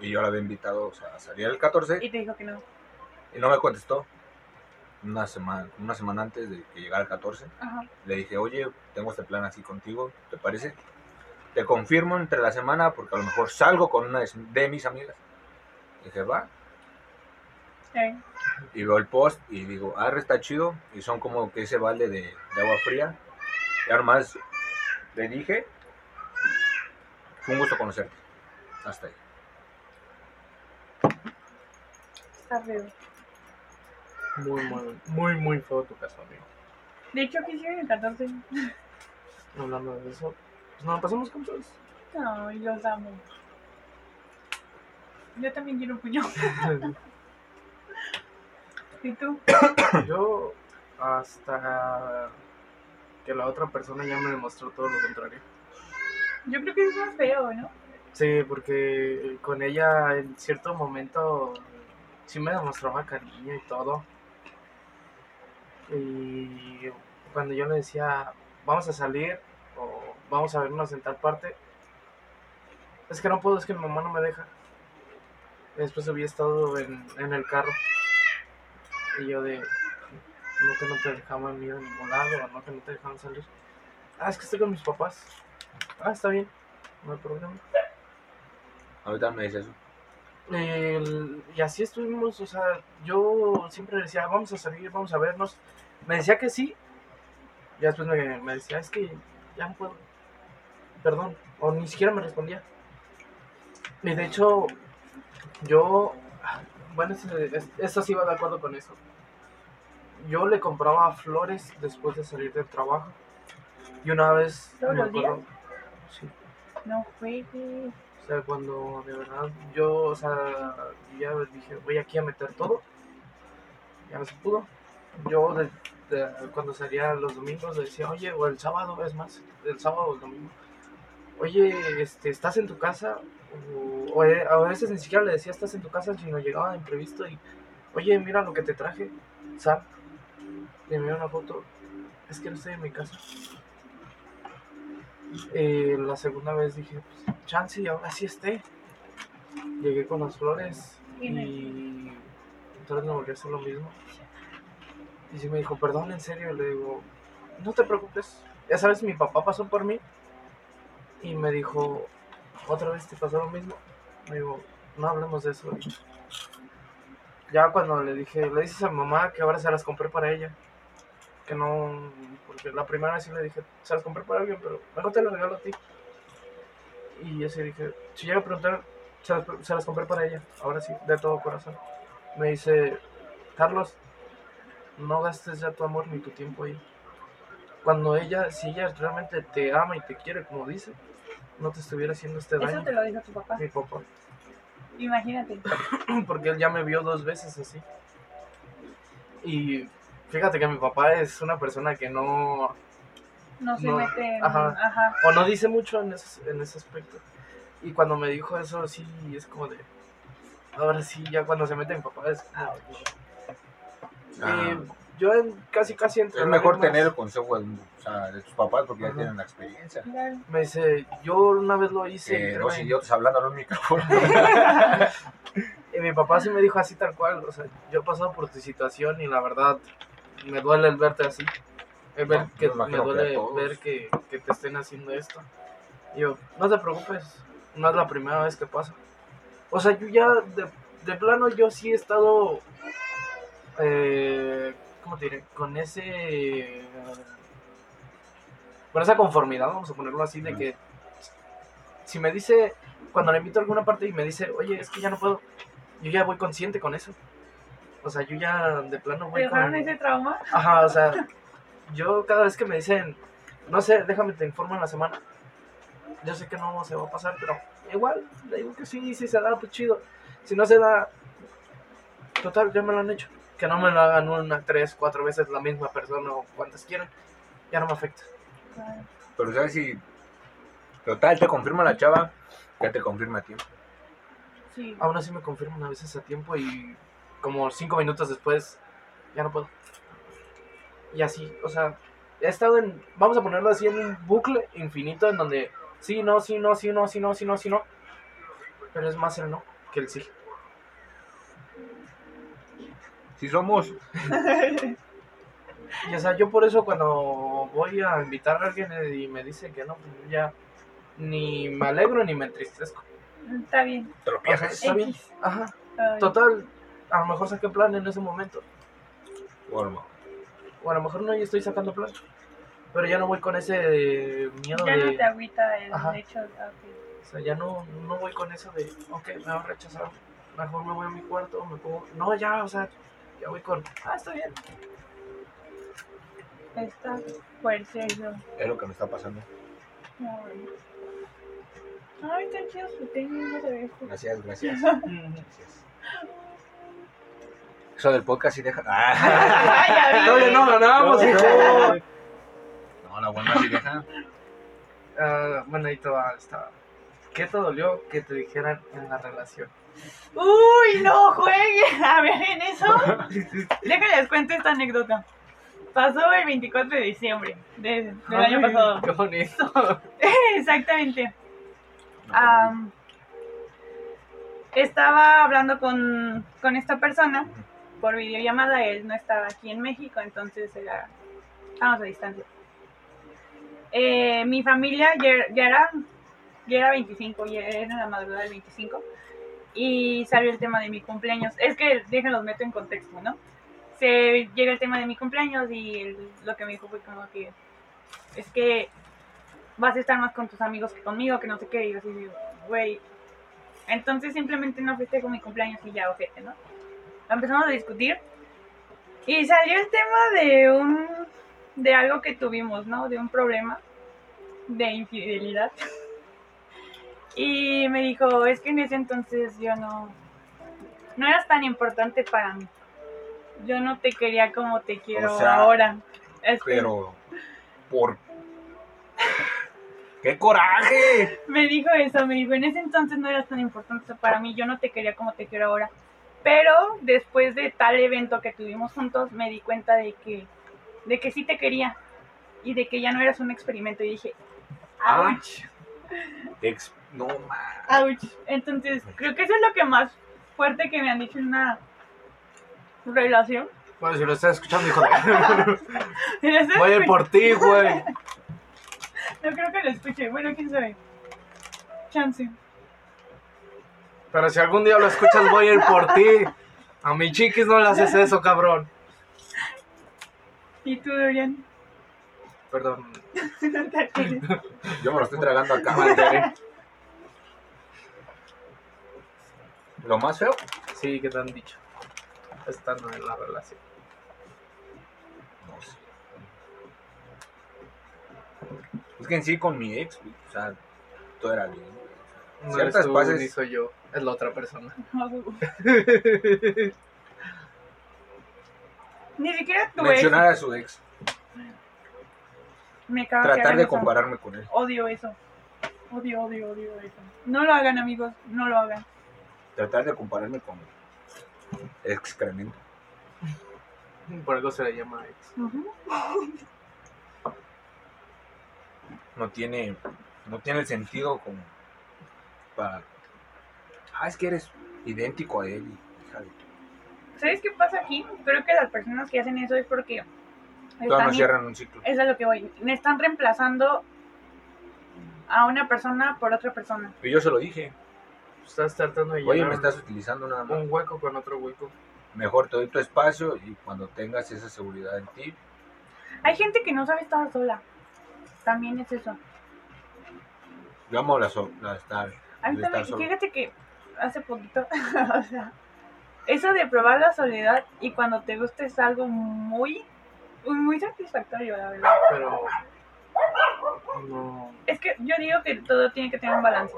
[SPEAKER 1] Y yo la había invitado o sea, a salir el 14
[SPEAKER 2] Y te dijo que no.
[SPEAKER 1] y no me contestó. Una semana, una semana antes de que llegara el 14,
[SPEAKER 2] Ajá.
[SPEAKER 1] le dije, oye, tengo este plan así contigo, ¿te parece? Te confirmo entre la semana porque a lo mejor salgo con una de- de mis amigas. Dije, va,
[SPEAKER 2] Eh,
[SPEAKER 1] y veo el post y digo, arre, está chido. Y son como que ese balde de, de agua fría. Y ahora más le dije, fue un gusto conocerte. Hasta ahí.
[SPEAKER 2] está feo.
[SPEAKER 3] Muy, muy, muy, muy feo tu caso, amigo.
[SPEAKER 2] De hecho, ¿qué hicieron el 14?
[SPEAKER 3] Hablando de eso, pues nos pasamos con todos.
[SPEAKER 2] No, los amo. Yo también quiero un puño. ¿Y tú?
[SPEAKER 3] Yo hasta que la otra persona ya me demostró todo lo contrario.
[SPEAKER 2] Yo creo que es más feo, ¿no?
[SPEAKER 3] Sí, porque eh, con ella en cierto momento sí me demostraba cariño y todo. Y cuando yo le decía, vamos a salir o vamos a vernos en tal parte, es que no puedo, es que mi mamá no me deja. Después había estado en, en el carro y yo de, no que no te dejaban ir a ningún lado, no que no te dejaban salir. Ah, es que estoy con mis papás. Ah, está bien, no hay problema.
[SPEAKER 1] Ahorita me dice eso.
[SPEAKER 3] El- em, y así estuvimos, o sea, yo siempre le decía, vamos a salir, vamos a vernos. Me decía que sí, y después me, me decía, es que ya no puedo. Perdón, o ni siquiera me respondía. Y de hecho, yo, bueno, este- es- esta sí va de acuerdo con eso. Yo le compraba flores después de salir del trabajo. Y una vez...
[SPEAKER 2] ¿Todos
[SPEAKER 3] me
[SPEAKER 2] los días?
[SPEAKER 3] acuerdo- Sí.
[SPEAKER 2] No juegues.
[SPEAKER 3] O sea, cuando de verdad yo, o sea, ya dije, voy aquí a meter todo, ya no se pudo. Yo de- de- cuando salía los domingos le decía, oye, o el sábado, es más, el sábado o el domingo, oye, este, ¿estás en tu casa? O, o a veces ni siquiera le decía, ¿estás en tu casa? Sino llegaba de imprevisto y, oye, mira lo que te traje, sal, le envié una foto, es que no estoy en mi casa. Eh, la segunda vez dije, pues, chance y ahora sí esté. Llegué con las flores
[SPEAKER 2] Y
[SPEAKER 3] y entonces me volví a hacer lo mismo. Y sí me dijo, perdón, en serio, le digo, no te preocupes. Ya sabes, mi papá pasó por mí y me dijo, otra vez te pasó lo mismo. Me digo, no hablemos de eso. Y ya cuando le dije, le dices a mi mamá que ahora se las compré para ella. Que no, porque la primera vez sí le dije, se las compré para alguien, pero mejor te las regalo a ti. Y yo sí dije, si llega a preguntar, se las, se las compré para ella, ahora sí, de todo corazón. Me dice, Carlos, no gastes ya tu amor ni tu tiempo ahí. Cuando ella, si ella realmente te ama y te quiere, como dice, no te estuviera haciendo este
[SPEAKER 2] Eso
[SPEAKER 3] daño.
[SPEAKER 2] te lo dijo tu papá.
[SPEAKER 3] Mi papá.
[SPEAKER 2] Imagínate.
[SPEAKER 3] porque él ya me vio dos veces así. Y fíjate que mi papá es una persona que no...
[SPEAKER 2] No se
[SPEAKER 3] No.
[SPEAKER 2] mete en...
[SPEAKER 3] Ajá.
[SPEAKER 2] Ajá.
[SPEAKER 3] o no dice mucho en ese, en ese aspecto. Y cuando me dijo eso, sí, es como de. Ahora sí, ya cuando se mete mi papá, es. ah,
[SPEAKER 1] Ah,
[SPEAKER 3] eh, yo en- casi, casi entre.
[SPEAKER 1] es mejor
[SPEAKER 3] lágrimas,
[SPEAKER 1] tener el consejo de, o sea, de tus papás porque ya
[SPEAKER 3] Ajá.
[SPEAKER 1] tienen la experiencia.
[SPEAKER 3] Me dice, yo una vez lo hice.
[SPEAKER 1] Eh,
[SPEAKER 3] créeme.
[SPEAKER 1] dos idiotas hablando en un micrófono.
[SPEAKER 3] Y mi papá sí me dijo así tal cual, o sea, yo he pasado por tu situación y la verdad me duele el verte así. El ver
[SPEAKER 1] No,
[SPEAKER 3] que
[SPEAKER 1] me
[SPEAKER 3] me
[SPEAKER 1] imagino que a
[SPEAKER 3] duele
[SPEAKER 1] todos.
[SPEAKER 3] ver que, que te estén haciendo esto. Y yo, no te preocupes, no es la primera vez que pasa. O sea, yo ya de, de plano yo sí he estado eh, ¿cómo te diré? Con ese eh, con esa conformidad, vamos a ponerlo así, de
[SPEAKER 1] Ujú.
[SPEAKER 3] que si me dice, cuando le invito a alguna parte y me dice, oye, es que ya no puedo, yo ya voy consciente con eso. O sea, yo ya de plano
[SPEAKER 2] ¿Te
[SPEAKER 3] voy
[SPEAKER 2] dejaron
[SPEAKER 3] con...
[SPEAKER 2] ese trauma?
[SPEAKER 3] Ajá, o sea, yo cada vez que me dicen, no sé, déjame te informo en la semana, yo sé que no se va a pasar, pero igual, le digo que sí, si se da, pues chido. Si no se da, total, ya me lo han hecho. Que no me lo hagan una, tres, cuatro veces la misma persona o cuantas quieran, ya no me afecta.
[SPEAKER 2] Claro.
[SPEAKER 1] Pero sabes si. Total, te confirma la chava, ya te confirma a tiempo.
[SPEAKER 2] Sí.
[SPEAKER 3] Aún así me confirman a veces a tiempo y como cinco minutos después, ya no puedo. Y así, o sea, he estado en, vamos a ponerlo así, en un bucle infinito en donde sí, no, sí, no, sí, no, sí, no, sí, no, sí, no. Pero es más el no que el sí.
[SPEAKER 1] Si somos.
[SPEAKER 3] Y o sea, yo por eso cuando voy a invitar a alguien eh, y me dice que no, pues yo ya ni me alegro ni me entristezco.
[SPEAKER 2] Está bien.
[SPEAKER 1] Te lo
[SPEAKER 3] O sea,
[SPEAKER 1] pierdes.
[SPEAKER 3] está bien.
[SPEAKER 2] X.
[SPEAKER 3] Ajá.
[SPEAKER 2] Ay,
[SPEAKER 3] Total, a lo mejor saqué plan en ese momento.
[SPEAKER 1] Bueno,
[SPEAKER 3] O a lo mejor no, yo estoy sacando plan. Pero ya no voy con ese de miedo
[SPEAKER 2] Ya no
[SPEAKER 3] de.
[SPEAKER 2] te agüita el
[SPEAKER 3] Ajá.
[SPEAKER 2] hecho. ah, ok.
[SPEAKER 3] O sea, ya no, no voy con eso de. Ok, me va a rechazar. Mejor me voy a mi cuarto. Me pongo. No, ya, o sea, ya voy con. Ah, está bien.
[SPEAKER 2] Está fuerte eso.
[SPEAKER 1] es lo que me está pasando.
[SPEAKER 2] Ay, Ay, tan chido su tenis, no sabía esto.
[SPEAKER 1] Gracias, gracias.
[SPEAKER 3] Mm.
[SPEAKER 1] gracias. Eso del podcast sí deja. Ah.
[SPEAKER 2] Ay, ya vi.
[SPEAKER 3] Todavía no pues, ganamos, hijo.
[SPEAKER 1] No, la buena sí deja.
[SPEAKER 3] Ah, bueno, ahí te va esta. ¿Qué te dolió que te dijeran en la relación?
[SPEAKER 2] Uy, no juegues. A ver, en eso. Déjales cuento esta anécdota. Pasó el 24 de diciembre de- del año
[SPEAKER 3] Ay,
[SPEAKER 2] pasado.
[SPEAKER 3] Qué bonito.
[SPEAKER 2] Exactamente.
[SPEAKER 1] No,
[SPEAKER 2] Am, estaba hablando con, con esta persona por videollamada. Él no estaba aquí en México, entonces era, estábamos a distancia. Eh, mi familia ya, ya era, ya era 25, ya era la madrugada del 25. Y salió el tema de mi cumpleaños. Es que déjenlos meto en contexto, ¿no? Se llega el tema de mi cumpleaños y el- lo que me dijo fue como que es que vas a estar más con tus amigos que conmigo, que no sé qué. Y yo así, digo, güey. Entonces simplemente no festejo mi cumpleaños y ya, ojete, ¿no? Empezamos a discutir. Y salió el tema de un. de algo que tuvimos, ¿no? De un problema de infidelidad. Y me dijo, es que en ese entonces yo no. no eras tan importante para mí. Yo no te quería como te quiero
[SPEAKER 1] sea,
[SPEAKER 2] ahora. Es que-
[SPEAKER 1] Pero. ¿Por qué coraje?
[SPEAKER 2] me dijo eso, me dijo, en ese entonces no eras tan importante para mí, yo no te quería como te quiero ahora. Pero después de tal evento que tuvimos juntos, me di cuenta de que, de que sí te quería y de que ya no eras un experimento. Y dije,
[SPEAKER 1] Ah.
[SPEAKER 2] ¡ouch!
[SPEAKER 1] Ex- No, ma.
[SPEAKER 2] ¡ouch! Entonces, creo que eso es lo que más fuerte que me han dicho en una relación.
[SPEAKER 3] Bueno, si lo estás escuchando, hijo de-
[SPEAKER 2] Eso es-
[SPEAKER 3] Voy a ir por ti, güey.
[SPEAKER 2] No creo que lo escuche. Bueno, quién sabe. Chance.
[SPEAKER 3] Pero si algún día lo escuchas, voy a ir por ti. A mi chiquis no le haces eso, cabrón.
[SPEAKER 2] ¿Y tú, Dorian?
[SPEAKER 3] Perdón.
[SPEAKER 2] No te acuerdas.
[SPEAKER 1] Yo me lo estoy tragando acá, madre. Lo más feo,
[SPEAKER 3] Sí, que te han dicho. Estando en la relación.
[SPEAKER 1] no sé. Es que en sí con mi ex, güey, o sea, todo era bien.
[SPEAKER 3] No
[SPEAKER 1] Ciertas
[SPEAKER 3] eres tú,
[SPEAKER 1] pases-
[SPEAKER 3] ni soy yo. Es la otra persona.
[SPEAKER 2] Ni siquiera tu ex.
[SPEAKER 1] Mencionar a su ex,
[SPEAKER 2] Me cago que
[SPEAKER 1] tratar
[SPEAKER 2] hagan
[SPEAKER 1] de
[SPEAKER 2] eso.
[SPEAKER 1] compararme con él.
[SPEAKER 2] Odio eso. Odio, odio, odio eso. No lo hagan, amigos, no lo hagan.
[SPEAKER 1] Tratar de compararme con excremento.
[SPEAKER 3] Por algo se le llama ex.
[SPEAKER 2] Ujú.
[SPEAKER 1] No tiene, no tiene el sentido como para... Ah, es que eres idéntico a él. y- hija de-
[SPEAKER 2] ¿Sabes qué pasa aquí? Creo que las personas que hacen eso es porque.
[SPEAKER 1] Todavía
[SPEAKER 2] están
[SPEAKER 1] no cierran un ciclo.
[SPEAKER 2] Es a lo que voy. Me están reemplazando a una persona por otra persona.
[SPEAKER 1] Y yo se lo dije.
[SPEAKER 3] Estás tratando de
[SPEAKER 1] Oye,
[SPEAKER 3] llenar
[SPEAKER 1] me estás utilizando nada más.
[SPEAKER 3] un hueco con otro hueco.
[SPEAKER 1] Mejor te doy tu espacio y cuando tengas esa seguridad en ti,
[SPEAKER 2] Hay gente que no sabe estar sola. También es eso.
[SPEAKER 1] yo amo la, so- la estar.
[SPEAKER 2] A mí
[SPEAKER 1] De
[SPEAKER 2] también,
[SPEAKER 1] estar solo.
[SPEAKER 2] fíjate que hace poquito, o sea, eso de probar la soledad y cuando te gusta es algo muy, muy satisfactorio, la verdad.
[SPEAKER 3] Pero. No.
[SPEAKER 2] Es que yo digo que todo tiene que tener un balance.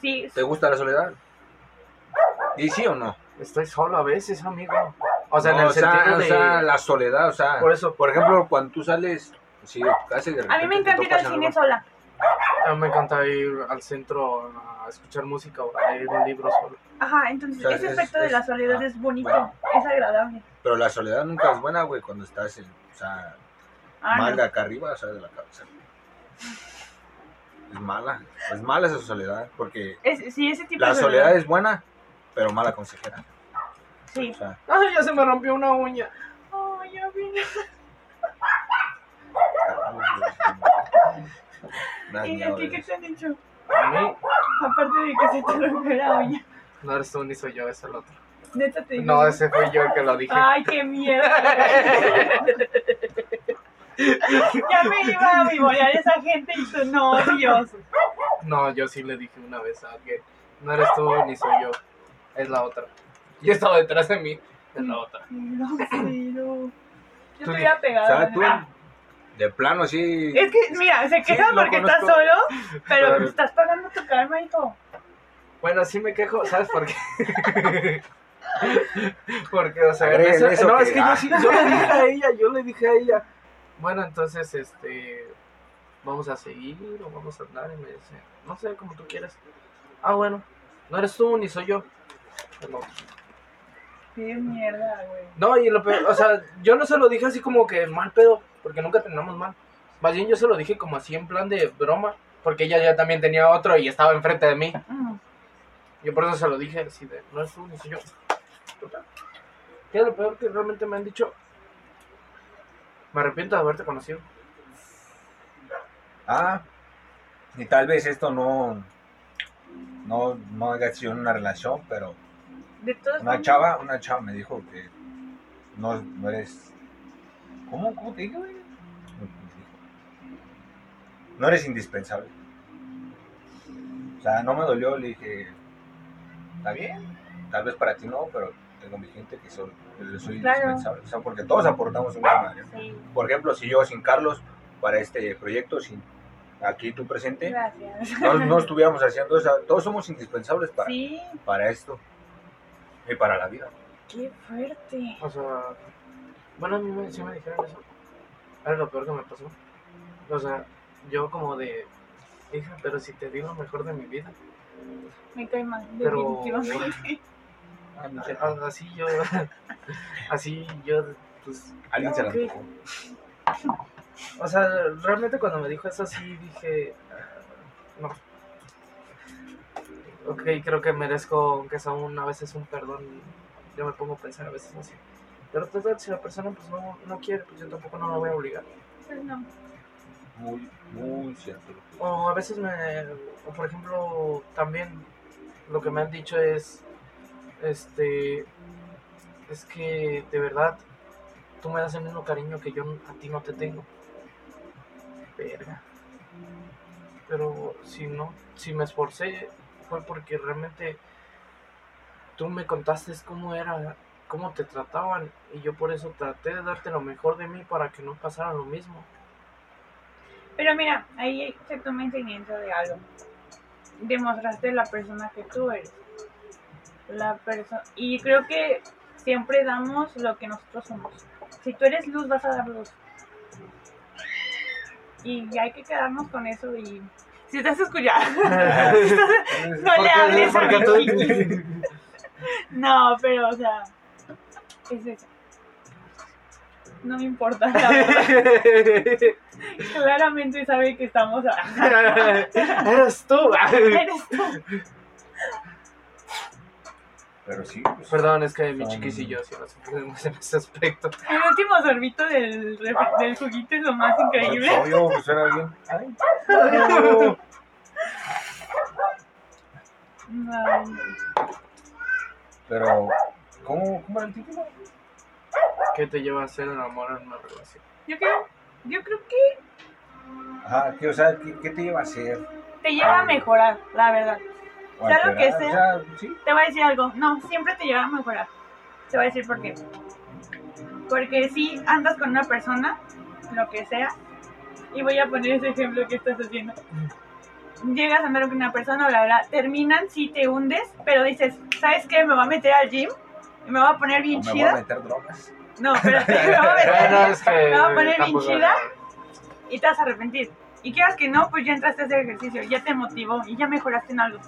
[SPEAKER 2] Sí,
[SPEAKER 1] ¿Te gusta la soledad? ¿Y sí o no?
[SPEAKER 3] Estoy solo a veces, amigo. O sea,
[SPEAKER 1] No,
[SPEAKER 3] en el
[SPEAKER 1] o sea,
[SPEAKER 3] sentido
[SPEAKER 1] o
[SPEAKER 3] de.
[SPEAKER 1] sea, la soledad, o sea,
[SPEAKER 3] Por eso,
[SPEAKER 1] por ejemplo, cuando tú sales sí, de tu casa y de repente
[SPEAKER 2] a mí me
[SPEAKER 1] te
[SPEAKER 2] encanta ir
[SPEAKER 1] topas
[SPEAKER 2] al
[SPEAKER 1] algo,
[SPEAKER 2] cine sola.
[SPEAKER 3] a mí me encanta ir al centro a escuchar música o a leer un libro solo.
[SPEAKER 2] Ajá, entonces
[SPEAKER 1] O sea,
[SPEAKER 2] ese
[SPEAKER 1] es-
[SPEAKER 2] aspecto de
[SPEAKER 1] es-
[SPEAKER 2] la soledad
[SPEAKER 1] ah,
[SPEAKER 2] es bonito,
[SPEAKER 1] bueno.
[SPEAKER 2] es agradable.
[SPEAKER 1] pero la soledad nunca es buena, güey, cuando estás, en, o sea,
[SPEAKER 2] Ah, no.
[SPEAKER 1] mal de acá arriba, o sea, de la cabeza. Es mala, es mala esa soledad, porque
[SPEAKER 2] Es- sí, pues, ese tipo
[SPEAKER 1] la
[SPEAKER 2] de
[SPEAKER 1] soledad es buena, pero mala consejera.
[SPEAKER 2] Sí.
[SPEAKER 1] O sea,
[SPEAKER 3] Ay, ya se me rompió una uña.
[SPEAKER 2] Ay, ya vi.
[SPEAKER 1] carajo, güey, me has
[SPEAKER 2] ¿Y a
[SPEAKER 1] miado
[SPEAKER 2] ti
[SPEAKER 1] de
[SPEAKER 2] qué te han dicho?
[SPEAKER 3] A mí,
[SPEAKER 2] Aparte de que se te rompió la uña.
[SPEAKER 3] no eres tú ni soy yo, es el otro.
[SPEAKER 2] Neta te digo.
[SPEAKER 3] No, ese fui yo el que lo dije.
[SPEAKER 2] Ay, qué mierda. ya me iba a vivorear esa gente y tú, no, Dios.
[SPEAKER 3] No, yo sí le dije una vez a alguien. No eres tú ni soy yo, es la otra. Y estaba detrás de mí, es la otra.
[SPEAKER 2] No, sí, no. Yo te
[SPEAKER 3] Tú di-
[SPEAKER 2] hubiera
[SPEAKER 1] O
[SPEAKER 2] pegado.
[SPEAKER 1] sea,
[SPEAKER 2] la
[SPEAKER 1] tú,
[SPEAKER 2] neta.
[SPEAKER 1] de plano, sí.
[SPEAKER 2] Es que, mira, se queja
[SPEAKER 1] Sí, lo
[SPEAKER 2] porque estás
[SPEAKER 1] conozco.
[SPEAKER 2] solo, pero
[SPEAKER 1] Claro.
[SPEAKER 2] estás pagando tu karma, hijo.
[SPEAKER 3] Bueno, sí me quejo, ¿sabes por qué? Porque, o sea, en
[SPEAKER 1] Agreguen
[SPEAKER 3] ese-
[SPEAKER 1] eso
[SPEAKER 3] no,
[SPEAKER 1] que-
[SPEAKER 3] es que yo,
[SPEAKER 1] ah.
[SPEAKER 3] sí- yo le dije a ella, yo le dije a ella. Bueno, entonces, este, vamos a seguir o vamos a andar y me dice, no sé, como tú quieras. Ah, bueno, no eres tú ni soy yo. Pero-
[SPEAKER 2] Qué mierda, güey.
[SPEAKER 3] No, y lo peor, o sea, yo no se lo dije así como que mal pedo, porque nunca terminamos mal. Más bien yo se lo dije como así en plan de broma, porque ella ya también tenía otro y estaba enfrente de mí.
[SPEAKER 2] Mm.
[SPEAKER 3] Yo por eso se lo dije así de, no es tú, ni soy yo. Total. ¿Qué es lo peor que realmente me han dicho? Me arrepiento de haberte conocido.
[SPEAKER 1] Ah, y tal vez esto no, no, no haya sido una relación, pero
[SPEAKER 2] De todas
[SPEAKER 1] una
[SPEAKER 2] formas,
[SPEAKER 1] chava, una chava me dijo que no, no eres, ¿cómo, cómo te dije, güey? Me dijo, No eres indispensable. O sea, no me dolió, le dije, está bien, tal vez para ti no, pero tengo mi gente que soy, yo soy
[SPEAKER 2] Claro.
[SPEAKER 1] indispensable. O sea, porque todos aportamos un madre.
[SPEAKER 2] Sí,
[SPEAKER 1] Por ejemplo, si yo sin Carlos, para este proyecto, sin aquí tú presente,
[SPEAKER 2] gracias.
[SPEAKER 1] no, no estuviéramos haciendo eso. Todos somos indispensables para,
[SPEAKER 2] Sí,
[SPEAKER 1] para esto y para la vida.
[SPEAKER 2] qué fuerte.
[SPEAKER 3] O sea, bueno, a mí me, sí me dijeron eso. Era lo peor que me pasó. O sea, yo como de, hija, pero si te di lo mejor de mi vida.
[SPEAKER 2] Me cae mal,
[SPEAKER 3] Pero-
[SPEAKER 2] definitivamente.
[SPEAKER 3] A- Así yo, así yo, pues,
[SPEAKER 1] Alguien se la
[SPEAKER 3] Ok.
[SPEAKER 1] antojó.
[SPEAKER 3] o sea, realmente cuando me dijo eso sí dije, "Ah, no. Ok, creo que merezco, aunque sea un, a veces un perdón, yo me pongo a pensar a veces así. Pero total, si la persona pues no, no quiere, pues yo tampoco no la voy a obligar.
[SPEAKER 2] Pues no.
[SPEAKER 1] Muy, muy cierto. lo que dices.
[SPEAKER 3] O a veces me, o por ejemplo, también lo que me han dicho es, este, es que de verdad tú me das el mismo cariño que yo a ti no te tengo. Verga. Pero si no, si me esforcé fue porque realmente tú me contaste cómo era, cómo te trataban y yo por eso traté de darte lo mejor de mí para que no pasara lo mismo.
[SPEAKER 2] Pero mira, ahí se toma enseñanza de algo. Demostraste la persona que tú eres. La persona. Y creo que siempre damos lo que nosotros somos. Si tú eres luz, vas a dar luz. Y hay que quedarnos con eso y Si estás escuchando, no le hables a
[SPEAKER 3] Porque
[SPEAKER 2] mi
[SPEAKER 3] tú-
[SPEAKER 2] chiqui. No, pero, o sea, es eso. No me importa, la verdad. Claramente sabe que estamos... a-
[SPEAKER 3] Eres tú.
[SPEAKER 2] Eres tú.
[SPEAKER 1] Pero sí. pues,
[SPEAKER 3] Perdón, es que mi
[SPEAKER 1] Son-
[SPEAKER 3] chiquis y yo sí nos entendemos en ese aspecto.
[SPEAKER 2] El último sorbito del, ref- del juguito es lo más increíble.
[SPEAKER 1] pues, obvio, pues era bien. Ay,
[SPEAKER 2] Ay,
[SPEAKER 1] Pero, ¿cómo, ¿cómo era el título?
[SPEAKER 3] ¿Qué te lleva a hacer el amor en una relación?
[SPEAKER 2] Yo creo, yo creo que
[SPEAKER 1] Ajá, que, o sea, ¿qué, qué te lleva a hacer?
[SPEAKER 2] te lleva a mejorar, la verdad.
[SPEAKER 1] O
[SPEAKER 2] Sea lo
[SPEAKER 1] alterar,
[SPEAKER 2] que sea.
[SPEAKER 1] O sea, sí.
[SPEAKER 2] Te voy a decir algo. No, siempre te lleva a mejorar. Te voy a decir por qué. Porque si andas con una persona, lo que sea, y voy a poner ese ejemplo que estás haciendo. Llegas a andar con una persona, bla, bla, terminan, sí te hundes, pero dices, ¿sabes qué? Me voy a meter al gym y me voy a poner bien
[SPEAKER 1] O me voy a
[SPEAKER 2] chida.
[SPEAKER 1] meter drogas.
[SPEAKER 2] No, pero te me voy a meter al
[SPEAKER 3] Bueno,
[SPEAKER 2] gym
[SPEAKER 3] es que.
[SPEAKER 2] No, poner bien
[SPEAKER 3] tampoco-
[SPEAKER 2] chida. y te vas a arrepentir. Y quieras que no, pues ya entraste a hacer ejercicio, ya te motivó y ya mejoraste en algo.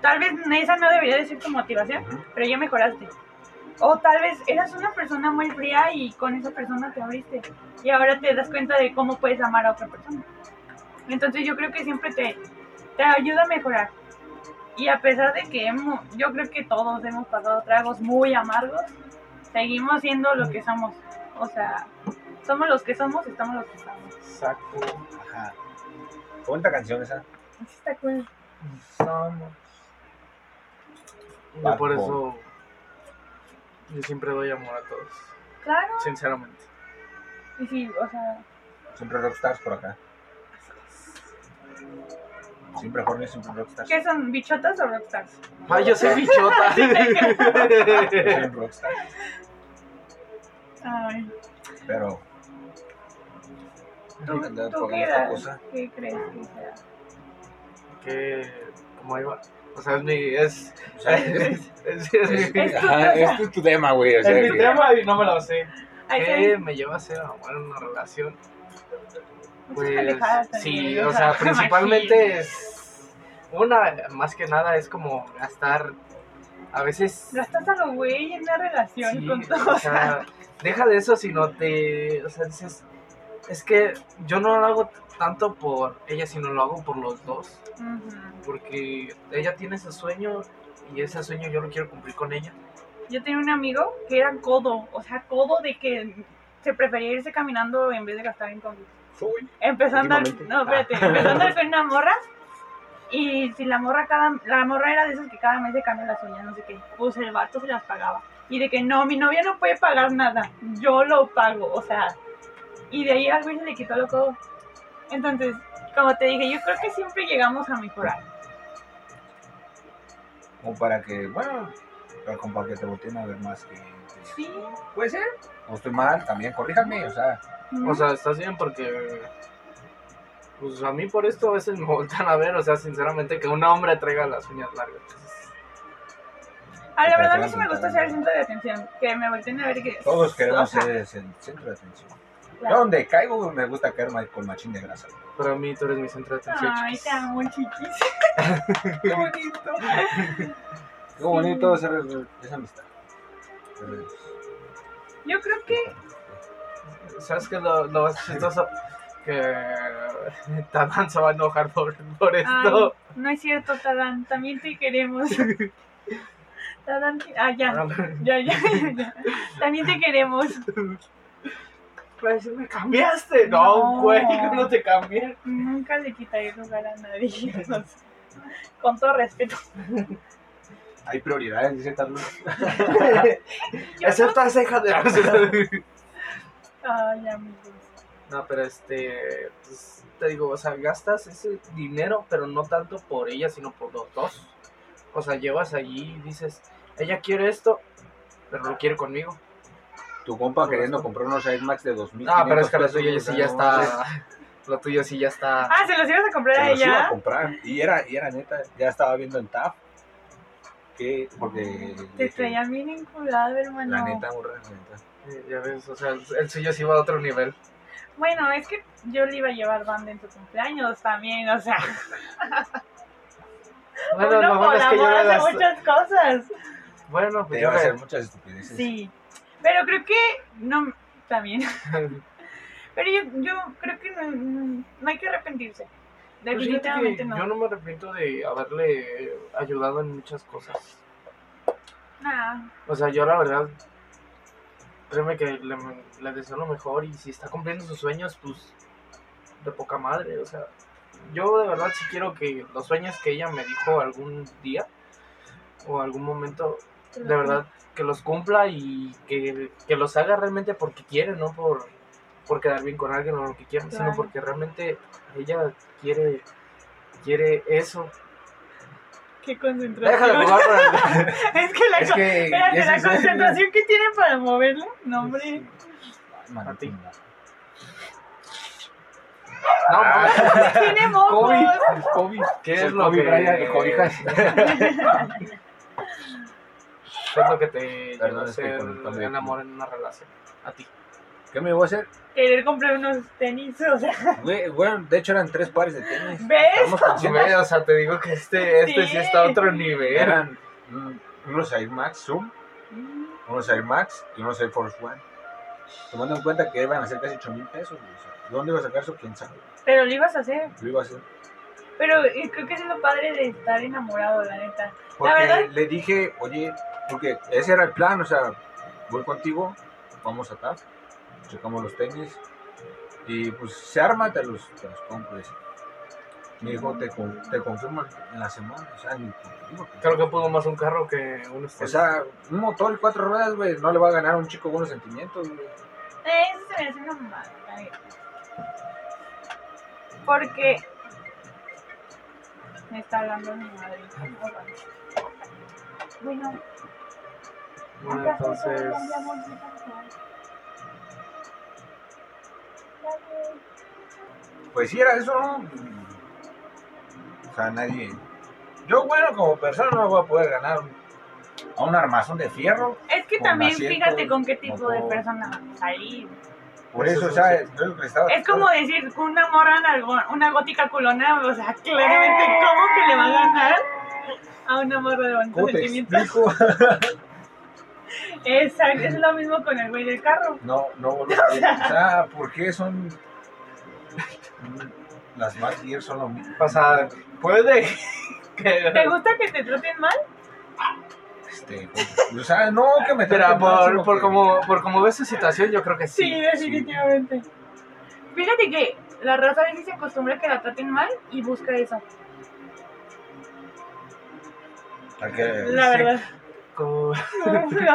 [SPEAKER 2] Tal vez esa no debería de ser tu motivación, pero ya mejoraste. O tal vez eras una persona muy fría y con esa persona te abriste. Y ahora te das cuenta de cómo puedes amar a otra persona. Entonces yo creo que siempre te, te ayuda a mejorar. Y a pesar de que hemos, yo creo que todos hemos pasado tragos muy amargos, seguimos siendo lo que somos. O sea, somos los que somos, estamos los que estamos.
[SPEAKER 3] Saco.
[SPEAKER 1] Ajá. Bonita canción esa.
[SPEAKER 2] Sí está cool.
[SPEAKER 1] Somos.
[SPEAKER 3] Yo
[SPEAKER 1] Bad
[SPEAKER 3] por
[SPEAKER 1] boy.
[SPEAKER 3] eso. Yo siempre doy amor a todos.
[SPEAKER 2] Claro.
[SPEAKER 3] Sinceramente.
[SPEAKER 2] Y sí, o sea,
[SPEAKER 1] Siempre rockstars por acá. Siempre jóvenes, siempre rockstars.
[SPEAKER 2] ¿qué son? ¿Bichotas o rockstars?
[SPEAKER 3] Ay, yo soy bichota.
[SPEAKER 1] Yo soy un rockstar,
[SPEAKER 2] Ay,
[SPEAKER 1] pero
[SPEAKER 2] ¿tú,
[SPEAKER 1] que andar
[SPEAKER 2] tú
[SPEAKER 1] con
[SPEAKER 2] qué,
[SPEAKER 1] esta
[SPEAKER 2] edad-
[SPEAKER 1] cosa.
[SPEAKER 2] qué crees que sea?
[SPEAKER 3] que. Como iba. O sea, es mi. Es.
[SPEAKER 1] o sea, es,
[SPEAKER 3] Es, es- es mi-
[SPEAKER 2] Es tu
[SPEAKER 1] ajá,
[SPEAKER 2] cosa.
[SPEAKER 1] este es tu tema, güey. O sea,
[SPEAKER 3] es mi
[SPEAKER 1] que-
[SPEAKER 3] tema y no me lo sé.
[SPEAKER 2] Ay,
[SPEAKER 3] ¿Qué me lleva a hacer amor en una relación?
[SPEAKER 2] Muchas
[SPEAKER 3] Pues,
[SPEAKER 2] pendejadas también,
[SPEAKER 3] sí,
[SPEAKER 2] o
[SPEAKER 3] o
[SPEAKER 2] sea,
[SPEAKER 3] sea, principalmente
[SPEAKER 2] machín.
[SPEAKER 3] es. Una, más que nada, es como gastar. A veces.
[SPEAKER 2] Gastas a lo güey en una relación
[SPEAKER 3] sí,
[SPEAKER 2] con
[SPEAKER 3] o
[SPEAKER 2] todos.
[SPEAKER 3] sea, deja de eso, sino te. O sea, dices. Es que yo no lo hago tanto por ella, sino lo hago por los dos.
[SPEAKER 2] Ujú.
[SPEAKER 3] Porque ella tiene ese sueño y ese sueño yo lo quiero cumplir con ella.
[SPEAKER 2] Yo tenía un amigo que era codo, o sea, codo de que se prefería irse caminando en vez de gastar en comida.
[SPEAKER 1] Uy,
[SPEAKER 2] Empezó a andar,
[SPEAKER 1] Últimamente. Ah.
[SPEAKER 2] no, espérate, empezó a andar con una morra y si la morra cada, la morra era de esas que cada mes se cambian las uñas, no sé qué, pues el vato se las pagaba. Y de que no, mi novia no puede pagar nada, yo lo pago, o sea, y de ahí al güey se le quitó lo codo. Entonces, como te dije, yo creo que siempre llegamos a mejorar.
[SPEAKER 1] Como para que, bueno, para, como para que te volteen a ver más que.
[SPEAKER 2] Sí.
[SPEAKER 1] Puede ser. No estoy mal, también corríjanme, o sea.
[SPEAKER 2] ¿no?
[SPEAKER 3] O sea, estás bien porque. Pues a mí por esto a veces me voltean a ver, o sea, sinceramente, que un hombre traiga las uñas largas.
[SPEAKER 2] a Ah, la verdad a mí sí me gusta ser el centro de atención, que me volteen a ver que...
[SPEAKER 1] Todos
[SPEAKER 2] o
[SPEAKER 1] queremos
[SPEAKER 2] sea,
[SPEAKER 1] ser el centro de atención. Yo
[SPEAKER 2] claro.
[SPEAKER 1] donde caigo me gusta caer ma- con machín de grasa.
[SPEAKER 3] Para mí tú eres mi centro de atención.
[SPEAKER 2] Ay,
[SPEAKER 3] chiquis.
[SPEAKER 2] te amo, chiquis.
[SPEAKER 1] Qué bonito. Qué bonito esa, esa amistad.
[SPEAKER 2] Yo creo que...
[SPEAKER 3] ¿Sabes qué es lo, lo más chistoso? Que Tadán se va a enojar por, por
[SPEAKER 2] Ay,
[SPEAKER 3] esto.
[SPEAKER 2] no es cierto, Tadán, también te queremos. Tadán, te- ah, ya, ya, ya, ya, ya. También te queremos.
[SPEAKER 3] Pues me cambiaste. No,
[SPEAKER 2] No.
[SPEAKER 3] güey, no te cambié.
[SPEAKER 2] Nunca le quitaré lugar a nadie. no sé. Con todo respeto.
[SPEAKER 1] Hay prioridades, dice Carlos.
[SPEAKER 2] Yo
[SPEAKER 3] Excepto a esa hija de.
[SPEAKER 2] no- Ay, amigos.
[SPEAKER 3] No, pero este, pues, te digo, o sea, gastas ese dinero, pero no tanto por ella, sino por los dos. O sea, llevas allí y dices, ella quiere esto, pero lo quiere conmigo.
[SPEAKER 1] Tu compa queriendo comprar unos Air Max de 2000.
[SPEAKER 3] Ah, pero es que la tuya sí ya está, la tuya sí ya está.
[SPEAKER 2] Ah, ¿se los ibas a comprar a
[SPEAKER 1] Se los iba a
[SPEAKER 2] ella?
[SPEAKER 1] comprar. Y era, y era neta, ya estaba viendo en TAP. Que, porque.
[SPEAKER 2] Te
[SPEAKER 1] dije,
[SPEAKER 2] traían bien enculado, hermano.
[SPEAKER 3] Pues
[SPEAKER 1] La neta, burra, la neta.
[SPEAKER 3] Eh, Ya ves, o sea, el, el suyo sí va a otro nivel.
[SPEAKER 2] Bueno, es que yo le iba a llevar banda en tu cumpleaños también, o sea,
[SPEAKER 3] Bueno,
[SPEAKER 2] uno
[SPEAKER 3] lo bueno es que yo
[SPEAKER 2] colabora
[SPEAKER 3] le
[SPEAKER 2] hace
[SPEAKER 3] gasto.
[SPEAKER 2] muchas cosas.
[SPEAKER 3] Bueno,
[SPEAKER 1] Te
[SPEAKER 3] pues yo
[SPEAKER 1] iba a hacer
[SPEAKER 3] le...
[SPEAKER 1] muchas estupideces.
[SPEAKER 2] Sí, pero creo que no, también, pero yo, yo creo que no, no- no hay que arrepentirse.
[SPEAKER 3] Pues fíjate
[SPEAKER 2] Definitivamente
[SPEAKER 3] que
[SPEAKER 2] no.
[SPEAKER 3] Yo no me arrepiento de haberle ayudado en muchas cosas.
[SPEAKER 2] Nah,
[SPEAKER 3] O sea, yo la verdad, créeme que le, le deseo lo mejor y si está cumpliendo sus sueños, pues de poca madre. O sea, yo de verdad sí quiero que los sueños que ella me dijo algún día o algún momento,
[SPEAKER 2] te lo
[SPEAKER 3] de verdad, que los cumpla y que, que los haga realmente porque quiere, no por, por quedar bien con alguien o lo que quiera,
[SPEAKER 2] Claro.
[SPEAKER 3] sino porque realmente ella quiere, quiere eso.
[SPEAKER 2] juro. Qué concentración.
[SPEAKER 3] Deja de jugar con el...
[SPEAKER 2] es que la,
[SPEAKER 1] Es
[SPEAKER 2] con-
[SPEAKER 1] que.
[SPEAKER 2] espérate,
[SPEAKER 1] es
[SPEAKER 2] la
[SPEAKER 1] que soy-
[SPEAKER 2] concentración que tienen para moverlo, no hombre.
[SPEAKER 1] Ay, mano,
[SPEAKER 3] A ti.
[SPEAKER 1] chingada.
[SPEAKER 3] No, mames.
[SPEAKER 2] Tiene mocos.
[SPEAKER 3] Kobe, Kobe, ¿qué
[SPEAKER 1] Soy
[SPEAKER 3] es lo
[SPEAKER 1] Ah. Kobe
[SPEAKER 3] que
[SPEAKER 1] Bryant y Kobe Hines.
[SPEAKER 3] ¿Qué es lo que te lleva
[SPEAKER 1] Perdón,
[SPEAKER 3] a
[SPEAKER 1] es que
[SPEAKER 3] hacer
[SPEAKER 1] con el cambio de
[SPEAKER 3] el amor en una relación? A ti.
[SPEAKER 1] ¿Qué me voy a hacer?
[SPEAKER 2] Querer comprar unos tenis, o sea,
[SPEAKER 1] Güey, bueno, de hecho eran tres pares de tenis.
[SPEAKER 2] ¿ves?
[SPEAKER 1] Estamos conscientes.
[SPEAKER 3] Pues o sea, te digo que este,
[SPEAKER 2] este sí está a otro
[SPEAKER 3] nivel.
[SPEAKER 1] Eran mm, unos Air Max Zoom, unos Air Max y unos Air Force One. Tomando en cuenta que iban a ser casi 8 mil pesos. güey, o sea, ¿Dónde iba a sacar eso? ¿Quién sabe?
[SPEAKER 2] Pero lo ibas a hacer.
[SPEAKER 1] Lo iba a hacer.
[SPEAKER 2] Pero eh, creo que es lo padre de estar enamorado, la neta.
[SPEAKER 1] Porque
[SPEAKER 2] verdad-
[SPEAKER 1] le dije, oye, porque ese era el plan, o sea, voy contigo, vamos a TAF, checamos los tenis y pues se arma, te los, te los compro. dice. Me dijo, te, con- te confirmo en la semana, o sea, ni contigo.
[SPEAKER 3] Creo que pudo más un carro que un
[SPEAKER 1] O
[SPEAKER 3] ustedes.
[SPEAKER 1] sea, un motor y cuatro ruedas, güey, no le va a ganar a un chico buenos sentimientos, güey.
[SPEAKER 2] Eh, Eso se me hace una mamada, la neta. Porque. Me está hablando mi madre. Bueno,
[SPEAKER 3] bueno, entonces.
[SPEAKER 1] Pues sí, era eso, ¿no? O sea, nadie. Yo, bueno, como persona no voy a poder ganar a un armazón de fierro,
[SPEAKER 2] Es que
[SPEAKER 1] Con
[SPEAKER 2] también
[SPEAKER 1] asiento,
[SPEAKER 2] fíjate con qué tipo de
[SPEAKER 1] motor.
[SPEAKER 2] persona salir.
[SPEAKER 1] Por
[SPEAKER 3] Eso
[SPEAKER 1] eso,
[SPEAKER 3] es
[SPEAKER 1] o sea,
[SPEAKER 3] un
[SPEAKER 1] es es lo que le estaba
[SPEAKER 2] Es como decir una morra, nalgón- una gótica culona, o sea, claramente, ¿cómo que le va a ganar a una morra de
[SPEAKER 1] ¿Cómo
[SPEAKER 2] bonitos
[SPEAKER 1] te
[SPEAKER 2] sentimientos?
[SPEAKER 1] explico?
[SPEAKER 2] Exacto, es lo mismo con el güey del carro.
[SPEAKER 1] No, no vuelvo a decir. O sea, ¿por qué son. Las más Gear son lo mismo?
[SPEAKER 3] O sea, puede
[SPEAKER 2] ¿Te
[SPEAKER 3] que.
[SPEAKER 2] gusta que te traten mal?
[SPEAKER 1] Este, o sea, no que me
[SPEAKER 3] Mira,
[SPEAKER 1] traten mal,
[SPEAKER 3] por,
[SPEAKER 1] sino
[SPEAKER 3] por,
[SPEAKER 1] que-
[SPEAKER 3] como, por como ves su situación, yo creo que sí.
[SPEAKER 2] Sí, definitivamente. Fíjate que la raza a veces se acostumbra a que la traten mal y busca eso.
[SPEAKER 1] ¿A qué?
[SPEAKER 2] La
[SPEAKER 3] sí.
[SPEAKER 2] verdad.
[SPEAKER 3] Como-
[SPEAKER 2] o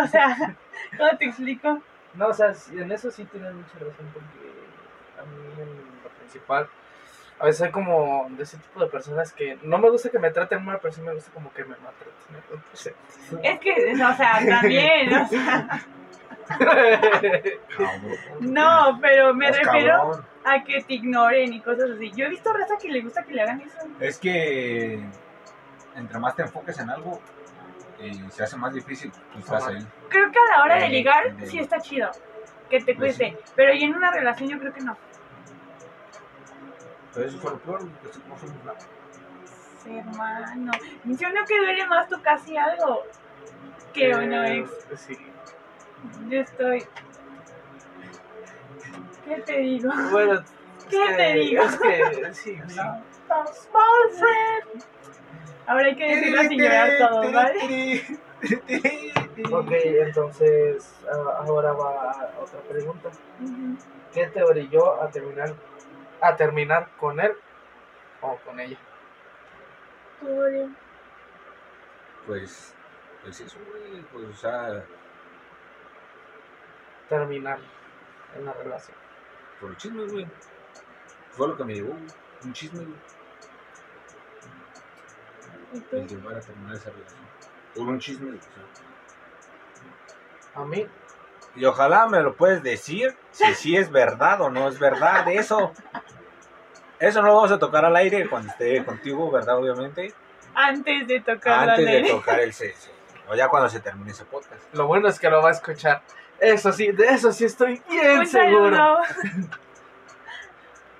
[SPEAKER 2] sea, ¿cómo te explico?
[SPEAKER 3] No, o sea, sí, en eso sí tienes mucha razón porque a mí en lo principal, a veces hay como de ese tipo de personas que no me gusta que me traten mal, pero sí me gusta como que me maltraten. ¿no? Sí.
[SPEAKER 2] Es que, o sea, también, o sea,
[SPEAKER 1] Cabrón.
[SPEAKER 2] no, pero me
[SPEAKER 1] Estás
[SPEAKER 2] refiero
[SPEAKER 1] cabrón.
[SPEAKER 2] a que te ignoren y cosas así. Yo he visto raza que le gusta que le hagan eso.
[SPEAKER 1] Es que. Entre más te enfoques en algo, eh, se hace más difícil. pues, Tú estás ahí.
[SPEAKER 2] Creo que a la hora de
[SPEAKER 1] Eh,
[SPEAKER 2] ligar
[SPEAKER 1] de-
[SPEAKER 2] sí está chido que te
[SPEAKER 1] Pues sí.
[SPEAKER 2] cueste, pero ya en una relación yo creo que no.
[SPEAKER 1] Pero eso fue lo peor. porque estoy como soy un flaco.
[SPEAKER 2] Hermano, yo no que duele más tu casi algo que una
[SPEAKER 3] Eh,
[SPEAKER 2] ex.
[SPEAKER 3] Sí.
[SPEAKER 2] Yo estoy. ¿Qué te digo?
[SPEAKER 3] Bueno,
[SPEAKER 2] ¿Qué te
[SPEAKER 3] es que-
[SPEAKER 2] digo?
[SPEAKER 3] Es que, sí, sí.
[SPEAKER 2] Ahora hay que decirlo sin llorar todo, ¿vale?
[SPEAKER 3] Ok, entonces ah, ahora va otra pregunta.
[SPEAKER 2] Ujú.
[SPEAKER 3] ¿Qué te orilló a terminar, a terminar con él o con ella?
[SPEAKER 2] Pobre.
[SPEAKER 1] Pues. Pues eso, güey. Pues, o sea.
[SPEAKER 3] Terminar en la relación.
[SPEAKER 1] Por los chismes, güey. Fue lo que me llevó, güey. Un chisme, güey.
[SPEAKER 2] ¿Y
[SPEAKER 1] El
[SPEAKER 2] tú?
[SPEAKER 1] llevar a terminar esa relación. Por un chisme, güey. o sea.
[SPEAKER 3] A mí
[SPEAKER 1] Y ojalá me lo puedes decir si sí es verdad o no es verdad eso. Eso no lo vamos a tocar al aire cuando esté contigo, ¿verdad? Obviamente.
[SPEAKER 2] Antes de tocar la
[SPEAKER 1] Antes de
[SPEAKER 2] ley.
[SPEAKER 1] tocar el sexo. O ya cuando se termine ese podcast.
[SPEAKER 3] Lo bueno es que lo va a escuchar. Eso sí, de eso sí estoy bien
[SPEAKER 2] Un
[SPEAKER 3] seguro.
[SPEAKER 2] saludo.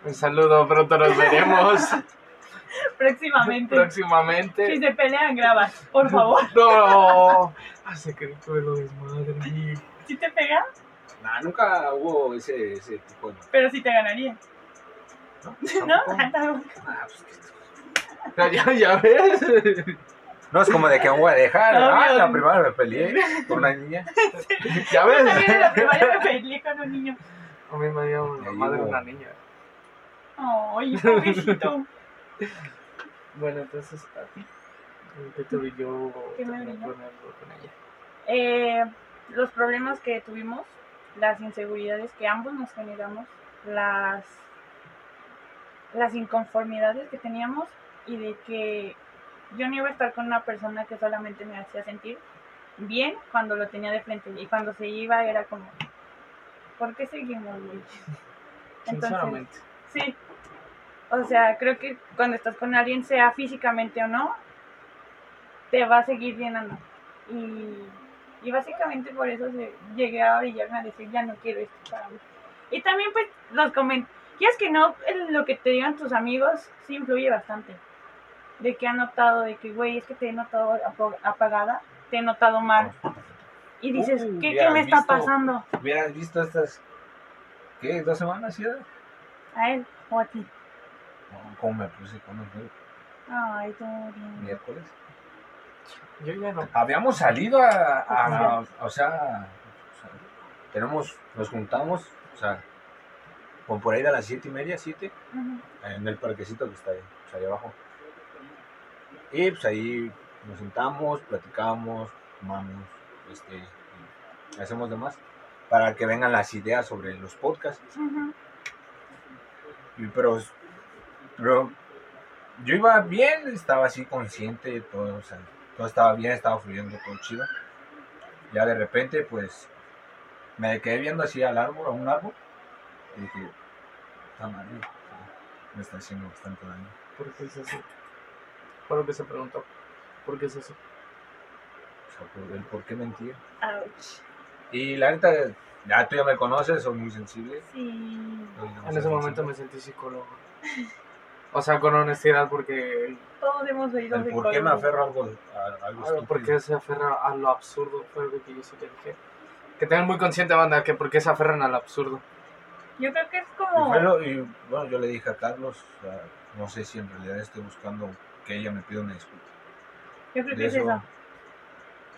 [SPEAKER 3] Un saludo, pronto nos veremos
[SPEAKER 4] Próximamente. Si
[SPEAKER 3] próximamente.
[SPEAKER 4] se pelean, grabas, por favor.
[SPEAKER 3] No, hace que fue lo desmadre.
[SPEAKER 4] Si te pega,
[SPEAKER 1] Nah, nunca hubo ese, ese tipo de...
[SPEAKER 4] pero si te ganaría. ¿No?
[SPEAKER 1] ¿Tampoco? Ah, pues, ¿qué
[SPEAKER 3] Ya, ya, ya ves.
[SPEAKER 1] No es como de que aún voy a dejar.
[SPEAKER 4] No,
[SPEAKER 1] ah,
[SPEAKER 4] no.
[SPEAKER 1] la primera me peleé con una niña.
[SPEAKER 3] Ya
[SPEAKER 4] Yo también en la
[SPEAKER 3] ves.
[SPEAKER 4] primaria me peleé con un niño.
[SPEAKER 3] A mí me dio la
[SPEAKER 1] Ahí
[SPEAKER 3] madre
[SPEAKER 1] hubo.
[SPEAKER 3] una niña.
[SPEAKER 4] Ay, pobrecito.
[SPEAKER 3] Bueno, entonces a ti. ¿Qué te brilló?
[SPEAKER 2] ¿Qué me
[SPEAKER 3] tener
[SPEAKER 2] brilló?
[SPEAKER 3] con algo con ella?
[SPEAKER 2] eh, los problemas que tuvimos, las inseguridades que ambos nos generamos, las, las inconformidades que teníamos y de que yo no iba a estar con una persona que solamente me hacía sentir bien cuando lo tenía de frente y cuando se iba era como, ¿por qué seguimos, güey? Entonces,
[SPEAKER 3] Sinceramente.
[SPEAKER 2] sí. O sea, creo que cuando estás con alguien, sea físicamente o no, te va a seguir llenando. Y, y básicamente por eso se- llegué a brillarme a decir, ya no quiero esto para mí. Y también pues los comentarios, es que no, el- lo que te digan tus amigos sí influye bastante. De que han notado, de que, güey, es que te he notado apo- apagada, te he notado mal. Y dices,
[SPEAKER 1] Uh,
[SPEAKER 2] ¿qué,
[SPEAKER 1] ya
[SPEAKER 2] qué me está
[SPEAKER 1] visto.
[SPEAKER 2] pasando
[SPEAKER 1] ¿Hubieras visto estas, qué, dos semanas, ya?
[SPEAKER 2] a él o a ti?
[SPEAKER 1] No, ¿Cómo me puse cuando fue?
[SPEAKER 2] Ay, todo bien.
[SPEAKER 1] Miércoles.
[SPEAKER 3] Yo ya no.
[SPEAKER 1] Habíamos salido a, a- a- o sea, o sea, tenemos, nos juntamos, o sea, como por ahí de las siete y media, siete,
[SPEAKER 2] Ujú.
[SPEAKER 1] en el parquecito que está ahí, pues ahí abajo. Y pues ahí nos sentamos, platicamos, fumamos, este, y hacemos demás, para que vengan las ideas sobre los podcasts.
[SPEAKER 2] Ujú.
[SPEAKER 1] Y, pero, pero yo iba bien, estaba así consciente, todo, o sea, todo estaba bien, estaba fluyendo, todo chido. Ya de repente, pues, me quedé viendo así al árbol, a un árbol, y dije, "Puta madre, me está haciendo bastante daño.
[SPEAKER 3] ¿Por qué es así? Por lo que se preguntó. ¿Por qué es así?
[SPEAKER 1] O sea, por, el por qué mentir.
[SPEAKER 2] Ouch.
[SPEAKER 1] Y la neta, ya tú ya me conoces, soy muy sensible.
[SPEAKER 2] Sí.
[SPEAKER 1] soy demasiado
[SPEAKER 3] En ese momento me
[SPEAKER 1] sensible.
[SPEAKER 3] sentí psicólogo. O sea, con honestidad, porque.
[SPEAKER 2] Todos hemos oído
[SPEAKER 1] El
[SPEAKER 2] de
[SPEAKER 1] por qué me
[SPEAKER 2] Colón.
[SPEAKER 1] aferro a algo, a, a algo
[SPEAKER 3] ah,
[SPEAKER 1] estúpido.
[SPEAKER 3] ¿Por qué se aferra a lo absurdo? Fue algo que yo sí te dije. Que tengan muy consciente, banda, que por qué se aferran al absurdo.
[SPEAKER 2] Yo creo que es
[SPEAKER 1] Y,
[SPEAKER 2] como.
[SPEAKER 1] fue lo- y, bueno, yo le dije a Carlos, o sea, no sé si en realidad estoy buscando que ella me pida una disculpa.
[SPEAKER 2] Yo creo que
[SPEAKER 1] De
[SPEAKER 2] es
[SPEAKER 1] eso,
[SPEAKER 2] eso.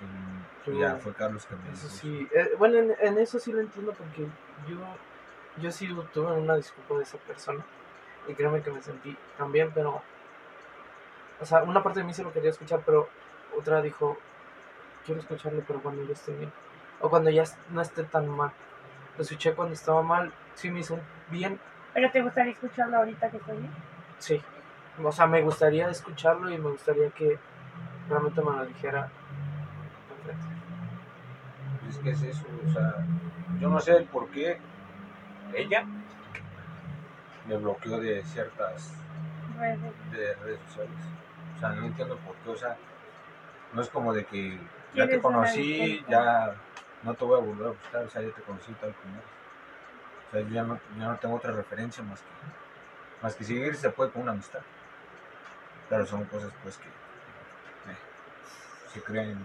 [SPEAKER 1] mm,
[SPEAKER 3] Yo-
[SPEAKER 1] ya fue Carlos que me
[SPEAKER 3] Eso
[SPEAKER 1] dijo.
[SPEAKER 3] sí. eh, bueno, en, en eso sí lo entiendo, porque yo. Yo sí tuve una disculpa de esa persona. Y créeme que me sentí también, pero. O sea, una parte de mí se lo quería escuchar, pero otra dijo: Quiero escucharlo, pero cuando yo esté bien. O cuando ya no esté tan mal. Lo escuché cuando estaba mal, sí me hizo bien,
[SPEAKER 2] Pero te gustaría escucharlo ahorita que estoy bien.
[SPEAKER 3] Sí. O sea, me gustaría escucharlo y me gustaría que realmente me lo dijera.
[SPEAKER 1] Es que es eso, o sea, yo no sé el por qué ella me bloqueó de ciertas
[SPEAKER 2] Pues,
[SPEAKER 1] de redes sociales. O sea, no entiendo por qué. O sea, no es como de que ya te
[SPEAKER 2] ¿Quieres una
[SPEAKER 1] conocí,
[SPEAKER 2] disculpa?
[SPEAKER 1] ya no te voy a volver a buscar. O sea, ya te conocí tal como eres. O sea, yo ya no, ya no tengo otra referencia más que, más que seguir se puede con una amistad. Pero son cosas pues que eh, se creen.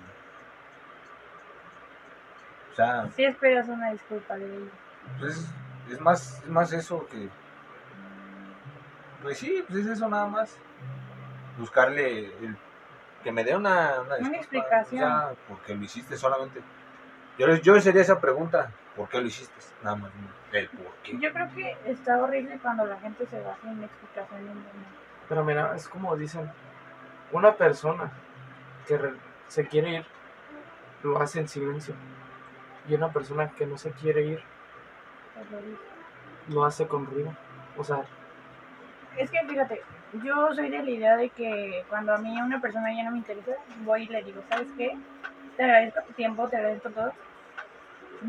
[SPEAKER 1] O sea,
[SPEAKER 2] sí esperas una disculpa de ella.
[SPEAKER 1] pues es más, es más eso que. Pues sí, pues es eso nada más. Buscarle el- que me dé una, una, disculpa,
[SPEAKER 2] explicación.
[SPEAKER 1] O sea, porque lo hiciste solamente. Yo, les- yo les haría esa pregunta: ¿por qué lo hiciste? Nada más. ¿no? El por qué.
[SPEAKER 2] Yo creo que está horrible cuando la gente se va sin explicación ninguna.
[SPEAKER 3] Pero mira, es como dicen, una persona que re- se quiere ir, lo hace en silencio. Y una persona que no se quiere ir,
[SPEAKER 2] Pues lo dice.
[SPEAKER 3] lo hace con ruido. O sea,
[SPEAKER 2] Es que fíjate, yo soy de la idea de que cuando a mí una persona ya no me interesa, voy y le digo, ¿sabes qué? Te agradezco tu tiempo, te agradezco todo.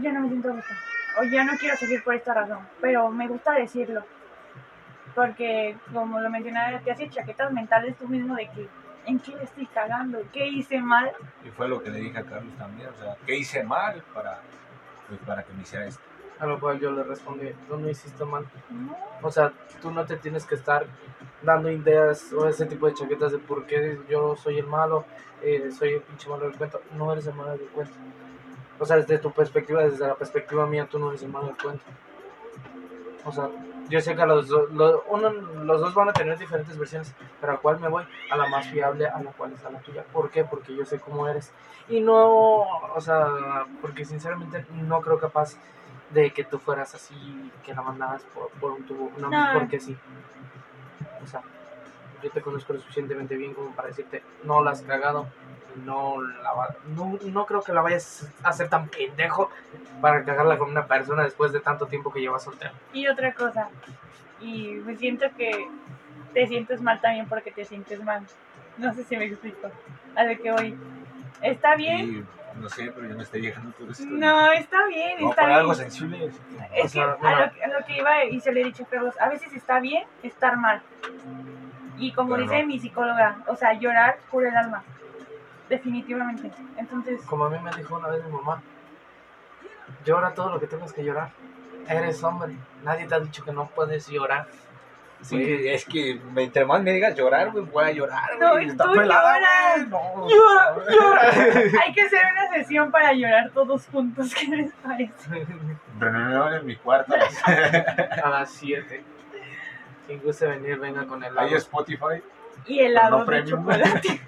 [SPEAKER 2] Ya no me siento gusto. O ya no quiero seguir por esta razón. Pero me gusta decirlo. Porque, como lo mencionaba, te haces chaquetas mentales tú mismo de que, ¿en qué le estoy cagando? ¿Qué hice mal?
[SPEAKER 1] Y fue lo que le dije a Carlos también: o sea, ¿qué hice mal para, pues, para que me hiciera esto?
[SPEAKER 3] A lo cual yo le respondí, tú no hiciste mal.
[SPEAKER 2] No.
[SPEAKER 3] O sea, tú no te tienes que estar dando ideas o ese tipo de chaquetas de por qué yo soy el malo, eh, soy el pinche malo del cuento. No eres el malo del cuento. O sea, desde tu perspectiva, desde la perspectiva mía, tú no eres el malo del cuento. O sea, yo sé que los, dos- lo- uno- los dos van a tener diferentes versiones, pero ¿a cuál me voy? A la más fiable, a la cual es a la tuya. ¿Por qué? Porque yo sé cómo eres. Y no, o sea, porque sinceramente no creo capaz de que tú fueras así, que la mandabas por, por un tubo, no,
[SPEAKER 2] No.
[SPEAKER 3] porque sí. O sea, yo te conozco lo suficientemente bien como para decirte, no la has cagado, no la va- no, no creo que la vayas a hacer tan pendejo para cagarla con una persona después de tanto tiempo que llevas soltero.
[SPEAKER 2] Y otra cosa. Y me siento que te sientes mal también porque te sientes mal. No sé si me explico. A lo que voy. Está bien.
[SPEAKER 1] Y no sé, pero ya me está llegando todo esto.
[SPEAKER 2] No, está bien.
[SPEAKER 1] No,
[SPEAKER 2] está
[SPEAKER 1] por
[SPEAKER 2] bien.
[SPEAKER 1] algo sensible.
[SPEAKER 2] Es
[SPEAKER 3] O sea,
[SPEAKER 2] que a
[SPEAKER 3] mira.
[SPEAKER 2] lo, que- a lo que iba y se le he dicho a Carlos, a veces está bien estar mal. Y como
[SPEAKER 1] Pero
[SPEAKER 2] dice
[SPEAKER 1] no.
[SPEAKER 2] mi psicóloga, o sea, llorar cura el alma. Definitivamente. Entonces,
[SPEAKER 3] Como a mí me dijo una vez mi mamá, llora todo lo que tengas que llorar. Eres hombre, nadie te ha dicho que no puedes llorar.
[SPEAKER 1] Sí, es que entre más me digas llorar, güey, voy a llorar,
[SPEAKER 2] No,
[SPEAKER 1] güey. está
[SPEAKER 2] tú
[SPEAKER 1] pelada,
[SPEAKER 2] llora.
[SPEAKER 1] güey,
[SPEAKER 2] Llora,
[SPEAKER 1] no.
[SPEAKER 2] hay que hacer una sesión para llorar todos juntos. ¿Qué les parece?
[SPEAKER 1] Reunión en mi cuarto.
[SPEAKER 3] a las 7. Quien guste venir, venga con el
[SPEAKER 1] Hay Spotify.
[SPEAKER 2] Y
[SPEAKER 1] No
[SPEAKER 2] helado de
[SPEAKER 1] premium.
[SPEAKER 2] chocolate.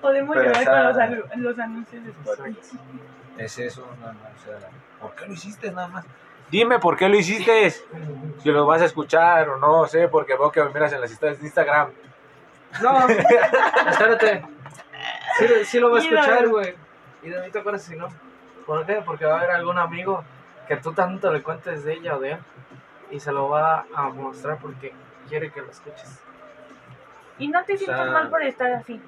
[SPEAKER 2] Podemos
[SPEAKER 1] Pero
[SPEAKER 2] llorar
[SPEAKER 1] esa-
[SPEAKER 2] con los, alu- los anuncios de Spotify.
[SPEAKER 1] Es eso, nada más. O sea, ¿por qué lo hiciste nada más? Dime por qué lo hiciste. Si lo vas a escuchar o no, sé, porque veo que me miras en las historias de Instagram.
[SPEAKER 3] No, espérate. Sí, lo- sí lo va a
[SPEAKER 2] Y
[SPEAKER 3] escuchar,
[SPEAKER 2] David.
[SPEAKER 3] güey. Y de mí te acuerdas si no. ¿Por qué? Porque va a haber algún amigo que tú tanto le cuentes de ella o de él. Y se lo va a mostrar porque quiere que lo escuches.
[SPEAKER 2] Y no te sientas
[SPEAKER 1] sea,
[SPEAKER 2] mal por estar así.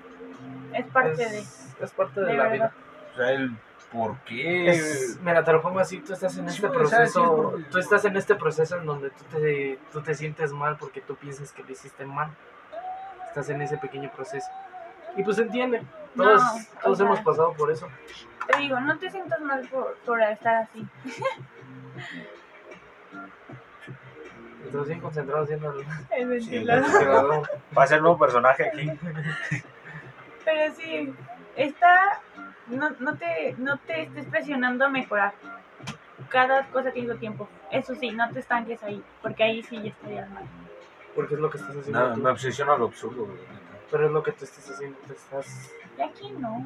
[SPEAKER 2] Es parte
[SPEAKER 3] es, es parte
[SPEAKER 2] de...
[SPEAKER 3] de,
[SPEAKER 2] De
[SPEAKER 3] la
[SPEAKER 2] verdad.
[SPEAKER 3] vida.
[SPEAKER 1] O sea, el por qué.
[SPEAKER 3] Es- mira, te lo pongo así, tú estás en
[SPEAKER 1] Sí,
[SPEAKER 3] este
[SPEAKER 1] güey, ¿sabes? Sí, es
[SPEAKER 3] proceso,
[SPEAKER 1] por-
[SPEAKER 3] tú estás en este proceso en donde tú te, tú te sientes mal porque tú piensas que lo hiciste mal. Estás en ese pequeño proceso. Y pues entiende,
[SPEAKER 2] No,
[SPEAKER 3] todos,
[SPEAKER 2] o
[SPEAKER 3] todos
[SPEAKER 2] sea,
[SPEAKER 3] hemos pasado por eso.
[SPEAKER 2] Te digo, no te sientas mal por, por estar así.
[SPEAKER 3] Estamos bien concentrados haciendo el
[SPEAKER 2] El
[SPEAKER 1] ventilador.
[SPEAKER 2] ventilador.
[SPEAKER 3] ventilador.
[SPEAKER 1] Va a ser nuevo personaje aquí.
[SPEAKER 2] Pero sí, está, no, no, te, no te estés presionando a mejorar. Cada cosa tiene su tiempo. Eso sí, no te estanques ahí, porque ahí sí ya estarías mal.
[SPEAKER 3] Porque es lo que estás haciendo
[SPEAKER 1] No,
[SPEAKER 3] tú.
[SPEAKER 1] me obsesiono a lo absurdo, güey. neta.
[SPEAKER 3] Pero es lo que tú estás haciendo, tú estás...
[SPEAKER 2] Y aquí no.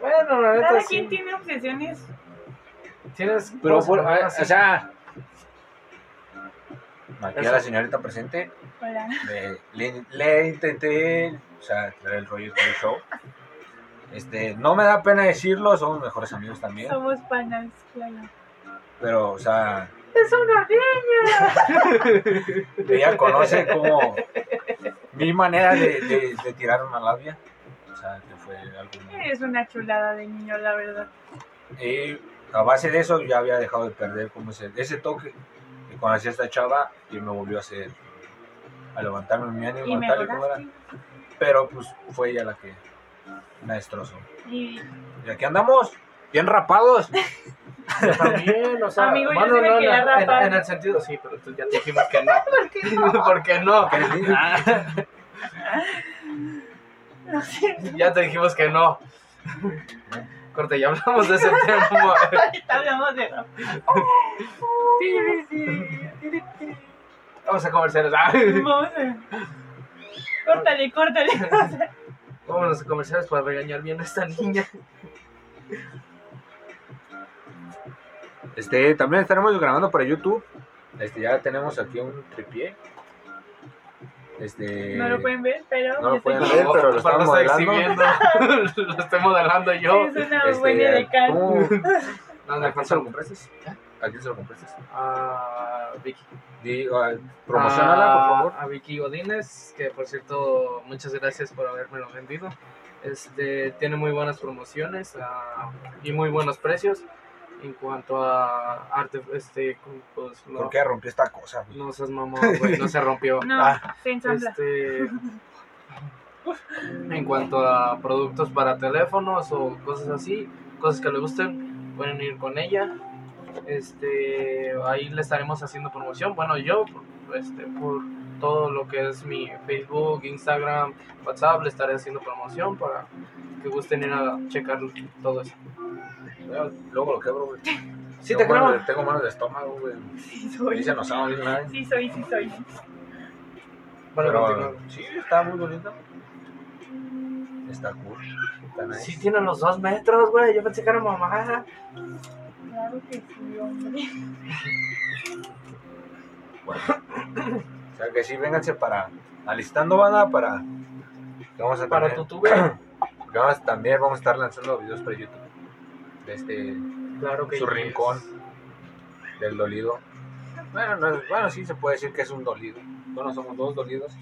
[SPEAKER 3] Bueno, la neta
[SPEAKER 2] Cada
[SPEAKER 3] sí.
[SPEAKER 2] quien tiene obsesiones.
[SPEAKER 3] Tienes...
[SPEAKER 1] Pero,
[SPEAKER 3] cosas
[SPEAKER 1] por,
[SPEAKER 3] que no
[SPEAKER 1] a- o
[SPEAKER 3] hacen.
[SPEAKER 1] sea. Aquí a
[SPEAKER 3] Eso.
[SPEAKER 1] la señorita presente
[SPEAKER 2] Hola.
[SPEAKER 1] le, le- le intenté, o sea, traer el rollo del show. Este, no me da pena decirlo, somos mejores amigos también.
[SPEAKER 2] Somos panas, claro.
[SPEAKER 1] Pero, o sea,
[SPEAKER 2] Es un horrible.
[SPEAKER 1] ella conoce como mi manera de, de- de tirar una labia. O sea, que fue algo muy-
[SPEAKER 2] Eres una chulada de niño, la verdad.
[SPEAKER 1] Y a base de eso ya había dejado de perder como ese, ese toque. Y conocí a esta chava y me volvió a hacer, a levantarme mi
[SPEAKER 2] Y
[SPEAKER 1] ánimo, tal y como era.
[SPEAKER 2] mejoraste.
[SPEAKER 1] Pero pues fue ella la que me destrozó.
[SPEAKER 2] Y
[SPEAKER 1] Y Pues aquí andamos, bien rapados.
[SPEAKER 3] Pero también, o sea,
[SPEAKER 2] Amigo, yo
[SPEAKER 3] bueno,
[SPEAKER 2] sí me
[SPEAKER 3] no,
[SPEAKER 2] quería
[SPEAKER 3] no, en,
[SPEAKER 2] rapar.
[SPEAKER 3] en el sentido, sí, pero tú ya te dijimos que no. ¿Por qué no?
[SPEAKER 2] no sé,
[SPEAKER 3] Ya te dijimos que no. Corte, ya hablamos de ese tema.
[SPEAKER 2] ahorita hablamos de eso.
[SPEAKER 3] Vamos a comerciales. ah.
[SPEAKER 2] Vamos a- Córtale, córtale.
[SPEAKER 3] Vámonos a comerciales para regañar bien a esta niña.
[SPEAKER 1] Este, también estaremos grabando para YouTube. Este, ya tenemos aquí un tripié. Este,
[SPEAKER 2] No lo pueden ver, pero
[SPEAKER 1] No lo
[SPEAKER 2] yo
[SPEAKER 1] pueden
[SPEAKER 2] sé
[SPEAKER 1] ver, pero lo
[SPEAKER 3] Para
[SPEAKER 1] estamos
[SPEAKER 3] no estar
[SPEAKER 1] modelando.
[SPEAKER 3] exhibiendo. lo estoy modelando
[SPEAKER 2] que
[SPEAKER 3] yo.
[SPEAKER 2] Es una
[SPEAKER 1] este,
[SPEAKER 2] buena de cal.
[SPEAKER 1] ¿cómo-
[SPEAKER 3] No, no,
[SPEAKER 1] ¿A quién se lo
[SPEAKER 3] alcanzó.
[SPEAKER 1] compraste? ¿A quién se lo compraste?
[SPEAKER 3] A Vicky.
[SPEAKER 1] Di, ah, promocionala, por
[SPEAKER 3] A-
[SPEAKER 1] favor.
[SPEAKER 3] A Vicky Godínez, que por cierto, muchas gracias por habérmelo vendido. Este, tiene muy buenas promociones ah, y muy buenos precios en cuanto a arte. Este, pues, no,
[SPEAKER 1] ¿Por qué rompió esta cosa? güey?
[SPEAKER 3] no seas mamón, güey, no se rompió.
[SPEAKER 2] No,
[SPEAKER 1] Ah.
[SPEAKER 2] se ensambla.
[SPEAKER 3] Este, en cuanto a productos para teléfonos o cosas así, cosas que le gusten, pueden ir con ella. Este, ahí le estaremos haciendo promoción. Bueno, yo, este, por todo lo que es mi Facebook, Instagram, WhatsApp, le estaré haciendo promoción para que gusten ir a checar todo eso.
[SPEAKER 1] Ya, Luego lo quebro, güey.
[SPEAKER 3] Sí, te
[SPEAKER 1] Tengo manos
[SPEAKER 3] creo.
[SPEAKER 1] de- Tengo manos de estómago, güey.
[SPEAKER 2] Sí,
[SPEAKER 1] Y
[SPEAKER 2] soy.
[SPEAKER 1] se nos ha dolido nada.
[SPEAKER 2] Sí, soy, sí, soy.
[SPEAKER 3] Bueno,
[SPEAKER 1] Pero,
[SPEAKER 3] continuamos.
[SPEAKER 1] sí, está muy bonita. Está cool. Está nice.
[SPEAKER 3] Sí tienen los dos metros, güey. Yo pensé que era mamada.
[SPEAKER 2] Claro que sí, hombre.
[SPEAKER 1] Bueno. O sea que sí, vénganse para. Alistando banda para. que vamos a
[SPEAKER 3] Para
[SPEAKER 1] tener-
[SPEAKER 3] tu tube.
[SPEAKER 1] que vamos- también vamos a estar lanzando videos para YouTube. De este.
[SPEAKER 3] Claro que
[SPEAKER 1] Su
[SPEAKER 3] yes.
[SPEAKER 1] rincón. Del dolido. Bueno, no es- bueno, sí se puede decir que es un dolido. Bueno, somos dos dolidos.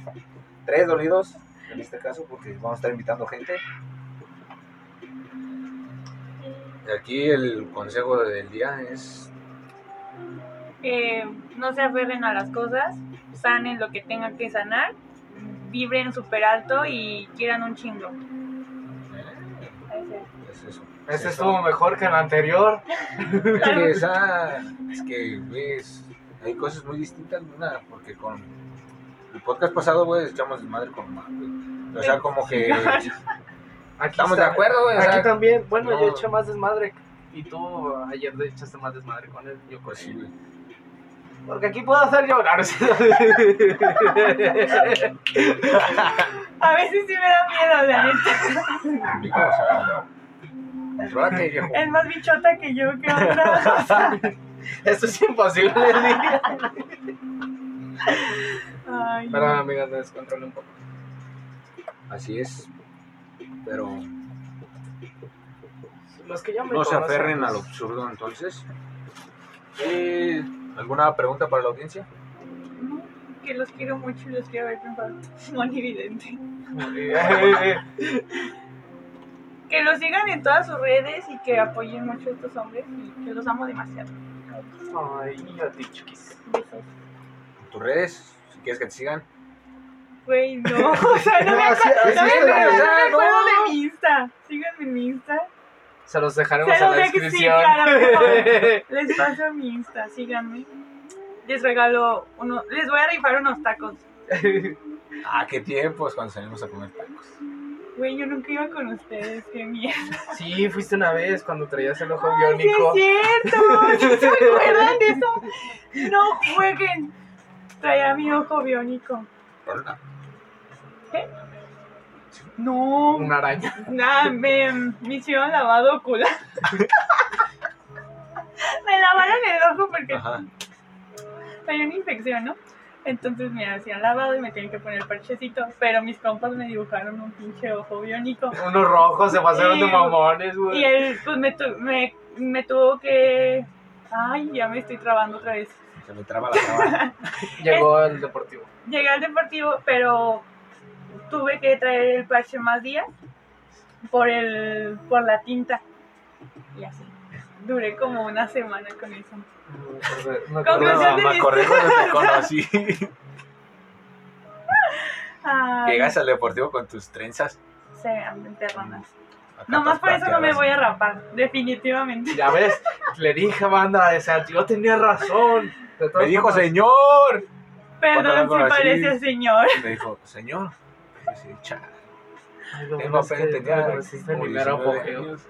[SPEAKER 1] Tres dolidos en este caso, porque vamos a estar invitando gente. Y aquí el consejo del día es.
[SPEAKER 2] Eh, no se aferren a las cosas, sanen lo que tengan que sanar, vibren súper alto y quieran un chingo.
[SPEAKER 1] ¿eh? Es eso.
[SPEAKER 3] Este
[SPEAKER 1] Es
[SPEAKER 3] estuvo mejor que el anterior.
[SPEAKER 1] Es que esa, es que, güey, es- hay cosas muy distintas, una, porque con el podcast pasado, güey, echamos desmadre con Omar, güey. O sea, como que
[SPEAKER 3] Aquí
[SPEAKER 1] estamos de
[SPEAKER 3] está.
[SPEAKER 1] acuerdo, güey. o
[SPEAKER 3] Aquí
[SPEAKER 1] sea,
[SPEAKER 3] también. Bueno,
[SPEAKER 1] no.
[SPEAKER 3] yo eché más desmadre. Y tú ayer le echaste más desmadre con él. Yo con
[SPEAKER 1] pues sí,
[SPEAKER 3] él.
[SPEAKER 1] güey.
[SPEAKER 3] Porque aquí puedo hacer llorar.
[SPEAKER 2] A veces sí me da miedo, la neta.
[SPEAKER 1] Explico, o sea, contrólate, viejo.
[SPEAKER 2] Es más bichota que yo, que onda.
[SPEAKER 3] Esto es imposible. Lili.
[SPEAKER 2] Ay,
[SPEAKER 3] Perdón, amigas, me descontrolé un poco.
[SPEAKER 1] Así es. Pero
[SPEAKER 3] Los que ya me
[SPEAKER 1] no se
[SPEAKER 3] conocen,
[SPEAKER 1] aferren a
[SPEAKER 3] pues,
[SPEAKER 1] lo absurdo, entonces. Eh, ¿Alguna pregunta para la audiencia?
[SPEAKER 2] que los quiero mucho y los quiero ver triunfar. Monividente. Que los sigan en todas sus redes y que apoyen mucho a estos hombres y que los amo demasiado.
[SPEAKER 3] Ay, y a ti, chiquis.
[SPEAKER 2] Besos.
[SPEAKER 1] ¿Tus redes? Si quieres que te sigan.
[SPEAKER 2] Güey, no. O sea, no me
[SPEAKER 3] No, sí,
[SPEAKER 2] acuerdo, no
[SPEAKER 3] sí,
[SPEAKER 2] me
[SPEAKER 3] sí,
[SPEAKER 2] acuerdo, no me
[SPEAKER 1] no.
[SPEAKER 2] acuerdo de mi Insta. Síganme en mi Insta.
[SPEAKER 3] Se los dejaremos
[SPEAKER 2] Se
[SPEAKER 3] en
[SPEAKER 2] los
[SPEAKER 3] la
[SPEAKER 2] de- sí,
[SPEAKER 3] descripción.
[SPEAKER 2] claro, por favor. Les paso mi Insta, síganme. Les regalo uno, les voy a rifar unos tacos.
[SPEAKER 1] Ah, qué tiempos cuando salimos a comer tacos.
[SPEAKER 2] Güey, yo nunca iba con ustedes, qué mierda.
[SPEAKER 3] sí, fuiste una vez cuando traías el ojo
[SPEAKER 2] Sí
[SPEAKER 3] biónico.
[SPEAKER 2] es cierto, ¿sí se acuerdan de eso? No jueguen. Traía mi ojo biónico.
[SPEAKER 1] Hola.
[SPEAKER 2] No,
[SPEAKER 3] Una araña.
[SPEAKER 2] nada, me, me hicieron lavado ocular. me lavaron el ojo porque
[SPEAKER 1] Ajá.
[SPEAKER 2] tenía una infección, ¿no? Entonces me hacían lavado y me tenían que poner parchecito, pero mis compas me dibujaron un pinche ojo biónico.
[SPEAKER 3] Unos rojos se pasaron de
[SPEAKER 2] Y-
[SPEAKER 3] mamones,
[SPEAKER 2] Y
[SPEAKER 3] güey.
[SPEAKER 2] él, pues me, tu- me, me tuvo que... Ay, ya me estoy trabando otra vez.
[SPEAKER 1] Se me traba la traba.
[SPEAKER 3] Llegó el deportivo.
[SPEAKER 2] Llegué al deportivo, pero tuve que traer el parche más días por, el, por la tinta. Y así. Duré como una semana con eso.
[SPEAKER 3] Me
[SPEAKER 1] Una
[SPEAKER 2] Conclusión de
[SPEAKER 1] mamá
[SPEAKER 2] mi-
[SPEAKER 1] corriendo desde que conocí.
[SPEAKER 2] Ay,
[SPEAKER 1] Llegas al deportivo con tus trenzas.
[SPEAKER 2] se me enterronas.
[SPEAKER 1] acá todas
[SPEAKER 2] Nomás por eso no me
[SPEAKER 1] plateadas.
[SPEAKER 2] voy a rapar, definitivamente.
[SPEAKER 3] Ya ves, le dije banda, o sea, yo tenía razón. De todas
[SPEAKER 1] Me dijo,
[SPEAKER 3] formas,
[SPEAKER 1] señor.
[SPEAKER 2] Perdón
[SPEAKER 1] Pantalón
[SPEAKER 2] si
[SPEAKER 1] así.
[SPEAKER 2] parece señor.
[SPEAKER 1] Me dijo, señor. Y sí, chale.
[SPEAKER 3] ay, lo
[SPEAKER 1] Tengo
[SPEAKER 3] bueno es que
[SPEAKER 1] apenas,
[SPEAKER 3] tú me
[SPEAKER 1] tenía
[SPEAKER 3] conociste en
[SPEAKER 1] como
[SPEAKER 3] mi mero
[SPEAKER 1] 19
[SPEAKER 3] apogeo.
[SPEAKER 1] años.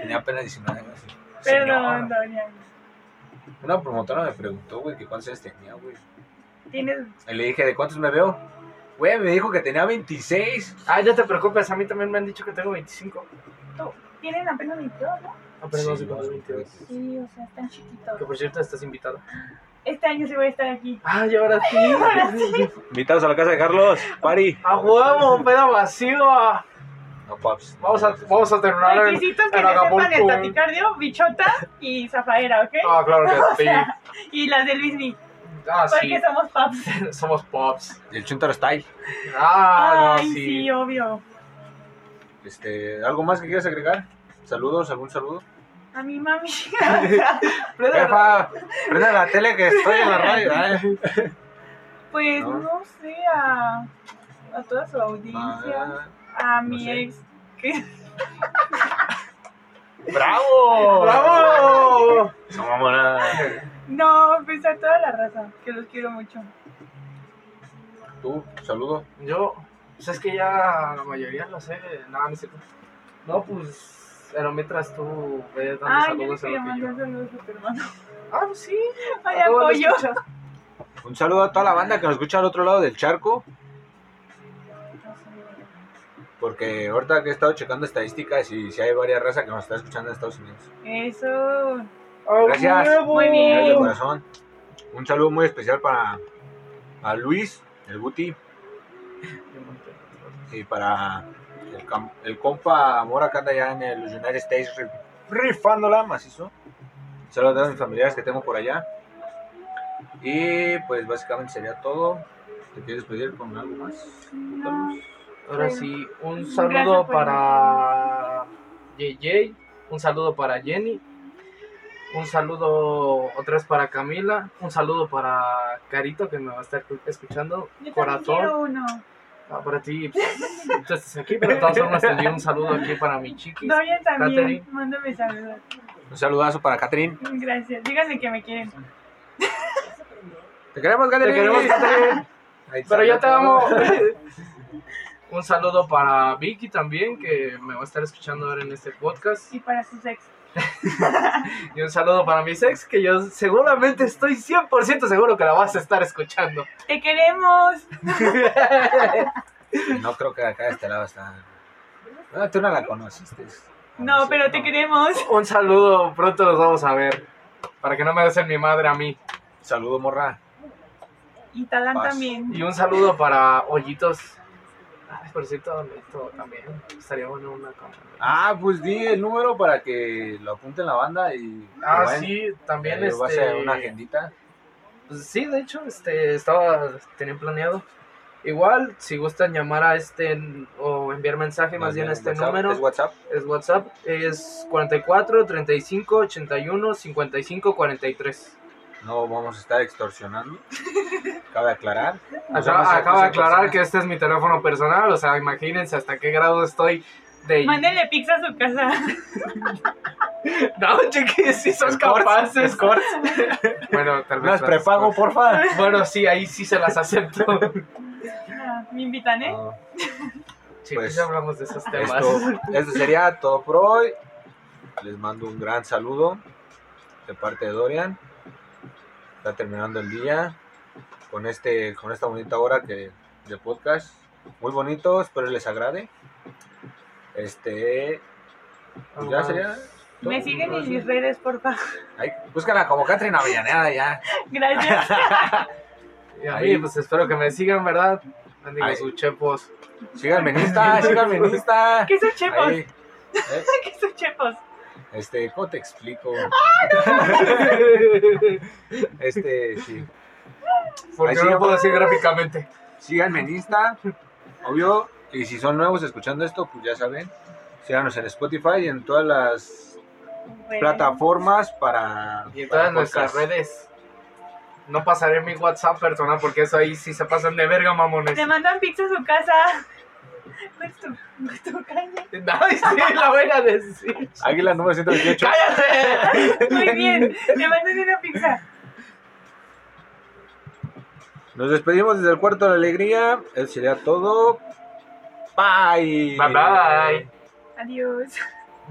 [SPEAKER 1] Tenía apenas 19 años. sí.
[SPEAKER 2] Perdón,
[SPEAKER 1] Señor.
[SPEAKER 2] Dorian.
[SPEAKER 1] Una promotora me preguntó, güey, que cuántos años tenía, güey.
[SPEAKER 2] Tienes
[SPEAKER 1] Y le dije, ¿de cuántos me veo? Güey, me dijo que tenía 26.
[SPEAKER 3] Ay, Ah, no te preocupes, a mí también me han dicho que tengo 25.
[SPEAKER 2] Tú, tienen apenas 22, ¿no?
[SPEAKER 3] Ah, pero no
[SPEAKER 1] Sí,
[SPEAKER 3] sé cómo
[SPEAKER 1] no,
[SPEAKER 3] 22.
[SPEAKER 2] Sí, o sea, están chiquitos.
[SPEAKER 3] Que por cierto, estás invitado.
[SPEAKER 2] Este año sí voy a estar aquí.
[SPEAKER 3] Ay, ahora sí.
[SPEAKER 2] Ahora sí.
[SPEAKER 1] Invitados a la casa de Carlos, Pari.
[SPEAKER 3] A huevo, un pedo vacío.
[SPEAKER 1] No, paps.
[SPEAKER 3] Vamos a, vamos a terminar en,
[SPEAKER 2] Requisitos que
[SPEAKER 3] en
[SPEAKER 2] se sepan el
[SPEAKER 3] Acapulco.
[SPEAKER 2] taticardio, bichota y zafaera, ¿ok?
[SPEAKER 3] Ah, claro que sí.
[SPEAKER 2] Y las de Luis Mi,
[SPEAKER 3] Ah, sí.
[SPEAKER 2] porque somos paps.
[SPEAKER 3] Somos pops.
[SPEAKER 1] El Chuntaro Style.
[SPEAKER 3] Ah,
[SPEAKER 2] Ay,
[SPEAKER 3] no,
[SPEAKER 2] sí.
[SPEAKER 3] sí.
[SPEAKER 2] obvio.
[SPEAKER 1] Este, ¿Algo más que quieras agregar? Saludos, algún saludo.
[SPEAKER 2] A mi mami.
[SPEAKER 1] Jefa, prende la tele que estoy en la radio. ¿eh? ay.
[SPEAKER 2] pues
[SPEAKER 1] No.
[SPEAKER 2] no, sé, a, a toda su audiencia,
[SPEAKER 1] Ah,
[SPEAKER 2] a
[SPEAKER 1] no
[SPEAKER 2] mi
[SPEAKER 1] sé.
[SPEAKER 2] ex. que-
[SPEAKER 5] ¡Bravo!
[SPEAKER 3] ¡Bravo!
[SPEAKER 5] No, mamona.
[SPEAKER 4] No, pues a toda la raza, que los quiero mucho.
[SPEAKER 1] Tú, saludo.
[SPEAKER 3] Yo, pues es que ya la mayoría lo sé. Nada, no es cierto. No, pues, pero mientras tú ves dando
[SPEAKER 4] Ay, yo le
[SPEAKER 3] pues, saludos
[SPEAKER 4] quería
[SPEAKER 3] a lo que
[SPEAKER 4] mandar
[SPEAKER 3] yo.
[SPEAKER 4] saludos a tu hermano.
[SPEAKER 3] Ah, pues sí.
[SPEAKER 4] Ay,
[SPEAKER 3] a todos los
[SPEAKER 4] apoyo.
[SPEAKER 3] escuchas.
[SPEAKER 1] Un saludo a toda la banda que nos escucha al otro lado del charco. Porque ahorita que he estado checando estadísticas y si hay varias razas que nos está escuchando en Estados Unidos.
[SPEAKER 4] Eso.
[SPEAKER 3] ¡A
[SPEAKER 1] Gracias.
[SPEAKER 3] Ah, huevo!
[SPEAKER 4] Muy bien.
[SPEAKER 1] Gracias de corazón. Un saludo muy especial para a Luis, el Guti, y para el, cam- el compa Mora que anda allá en el United States ri- rifándola macizo. Saludos a todos mis familiares que tengo por allá. Y pues básicamente sería todo. ¿Te quieres pedir con algo más?
[SPEAKER 4] No.
[SPEAKER 3] Ahora
[SPEAKER 4] Sí.
[SPEAKER 3] sí, un
[SPEAKER 4] Gracias
[SPEAKER 3] saludo
[SPEAKER 4] por
[SPEAKER 3] para JJ, un saludo para Jenny, un saludo otra vez para Camila, un saludo para Carito que me va a estar escuchando,
[SPEAKER 4] Yo también
[SPEAKER 3] Corazón,
[SPEAKER 4] quiero uno.
[SPEAKER 3] ah, para ti, pues, tú estás aquí, pero de todas formas te envío un saludo aquí para mi chiquis.
[SPEAKER 4] Dorian también,
[SPEAKER 3] Catherine.
[SPEAKER 4] mándame saludos.
[SPEAKER 1] Un saludazo para Catherine.
[SPEAKER 4] Gracias. Díganle que me quieren.
[SPEAKER 1] Te queremos,
[SPEAKER 3] Te
[SPEAKER 1] Catherine.
[SPEAKER 3] queremos, Catherine,
[SPEAKER 1] Ahí
[SPEAKER 3] pero
[SPEAKER 1] sale
[SPEAKER 3] yo te
[SPEAKER 1] todo.
[SPEAKER 3] amo. Un saludo para Vicky también, que me va a estar escuchando ahora en este podcast.
[SPEAKER 4] Y para sus ex.
[SPEAKER 3] Y un saludo para mis ex, que yo seguramente estoy 100% seguro que la vas a estar escuchando.
[SPEAKER 4] ¡Te queremos!
[SPEAKER 1] No creo que acá de este lado está. Ah, tú no la conociste.
[SPEAKER 4] No, pero te queremos.
[SPEAKER 3] Un saludo, pronto los vamos a ver. Para que no me hacen mi madre a mí.
[SPEAKER 1] Saludo, morra.
[SPEAKER 4] Y Talán
[SPEAKER 1] Paz.
[SPEAKER 4] también.
[SPEAKER 3] Y un saludo para Hoyitos. Ay, por cierto, Neto también. Estaría bueno una cámara.
[SPEAKER 1] Ah, pues di el número para que lo apunten la banda y.
[SPEAKER 3] Ah,
[SPEAKER 1] bueno,
[SPEAKER 3] sí, también
[SPEAKER 1] eh,
[SPEAKER 3] este...
[SPEAKER 1] Va a ser una agendita.
[SPEAKER 3] Pues sí, de hecho, este, estaba, tenía planeado. Igual, si gustan llamar a este n- o enviar mensaje más bien a este
[SPEAKER 1] WhatsApp,
[SPEAKER 3] número.
[SPEAKER 1] Es WhatsApp.
[SPEAKER 3] Es WhatsApp, es 44 35 81 55 43.
[SPEAKER 1] No vamos a estar extorsionando. Cabe aclarar. Nos vamos
[SPEAKER 3] Acaba,
[SPEAKER 1] a-
[SPEAKER 3] acaba de aclarar
[SPEAKER 1] personas.
[SPEAKER 3] que este es mi teléfono personal, o sea, imagínense hasta qué grado estoy de.
[SPEAKER 4] Mándenle pizza a su casa.
[SPEAKER 3] No, chiquis, si son
[SPEAKER 1] Escorts,
[SPEAKER 3] capaces. Bueno, tal vez.
[SPEAKER 1] Las prepago,
[SPEAKER 3] escorts.
[SPEAKER 1] porfa.
[SPEAKER 3] Bueno, sí, ahí sí se las acepto.
[SPEAKER 4] Ah, Me invitan, ¿eh?
[SPEAKER 1] No,
[SPEAKER 3] Sí,
[SPEAKER 1] Pues,
[SPEAKER 3] ya hablamos de esos temas.
[SPEAKER 1] esto, esto sería todo por hoy. Les mando un gran saludo de parte de Dorian. Está terminando el día con este con esta bonita hora que de podcast. Muy bonito, espero les agrade. Este, pues ya sería. todo.
[SPEAKER 4] Me siguen en mis redes, por favor.
[SPEAKER 1] Ahí, búscala como Catherine Avellaneda ya.
[SPEAKER 4] Gracias.
[SPEAKER 3] Y a
[SPEAKER 1] Ahí.
[SPEAKER 3] mí, pues espero que me sigan, ¿verdad? Bendigo
[SPEAKER 1] Ahí.
[SPEAKER 3] sus chepos.
[SPEAKER 1] Síganme en Insta, síganme en Insta.
[SPEAKER 4] ¿Qué son chepos?
[SPEAKER 1] Ahí, eh,
[SPEAKER 4] ¿Qué son chepos?
[SPEAKER 1] Este, ¿cómo te explico?
[SPEAKER 3] Porque
[SPEAKER 1] Este, sí. sí,
[SPEAKER 3] no
[SPEAKER 1] ya.
[SPEAKER 3] lo puedo decir gráficamente.
[SPEAKER 1] Síganme en Insta, obvio. Y si son nuevos escuchando esto, pues ya saben. Síganos en Spotify y en todas las plataformas para.
[SPEAKER 3] Y en
[SPEAKER 1] para
[SPEAKER 3] todas nuestras
[SPEAKER 1] podcast.
[SPEAKER 3] redes. No pasaré mi WhatsApp personal porque eso ahí sí se pasan de verga, mamones.
[SPEAKER 4] Le mandan pizza a su casa. No es tu, no es tu calle.
[SPEAKER 3] Ay, sí, la voy a decir.
[SPEAKER 1] Águila número 128.
[SPEAKER 3] ¡Cállate!
[SPEAKER 4] Muy bien. Le mandan una pizza.
[SPEAKER 1] Nos despedimos desde el cuarto de la alegría. Eso sería todo. Bye.
[SPEAKER 3] Bye bye.
[SPEAKER 4] Adiós.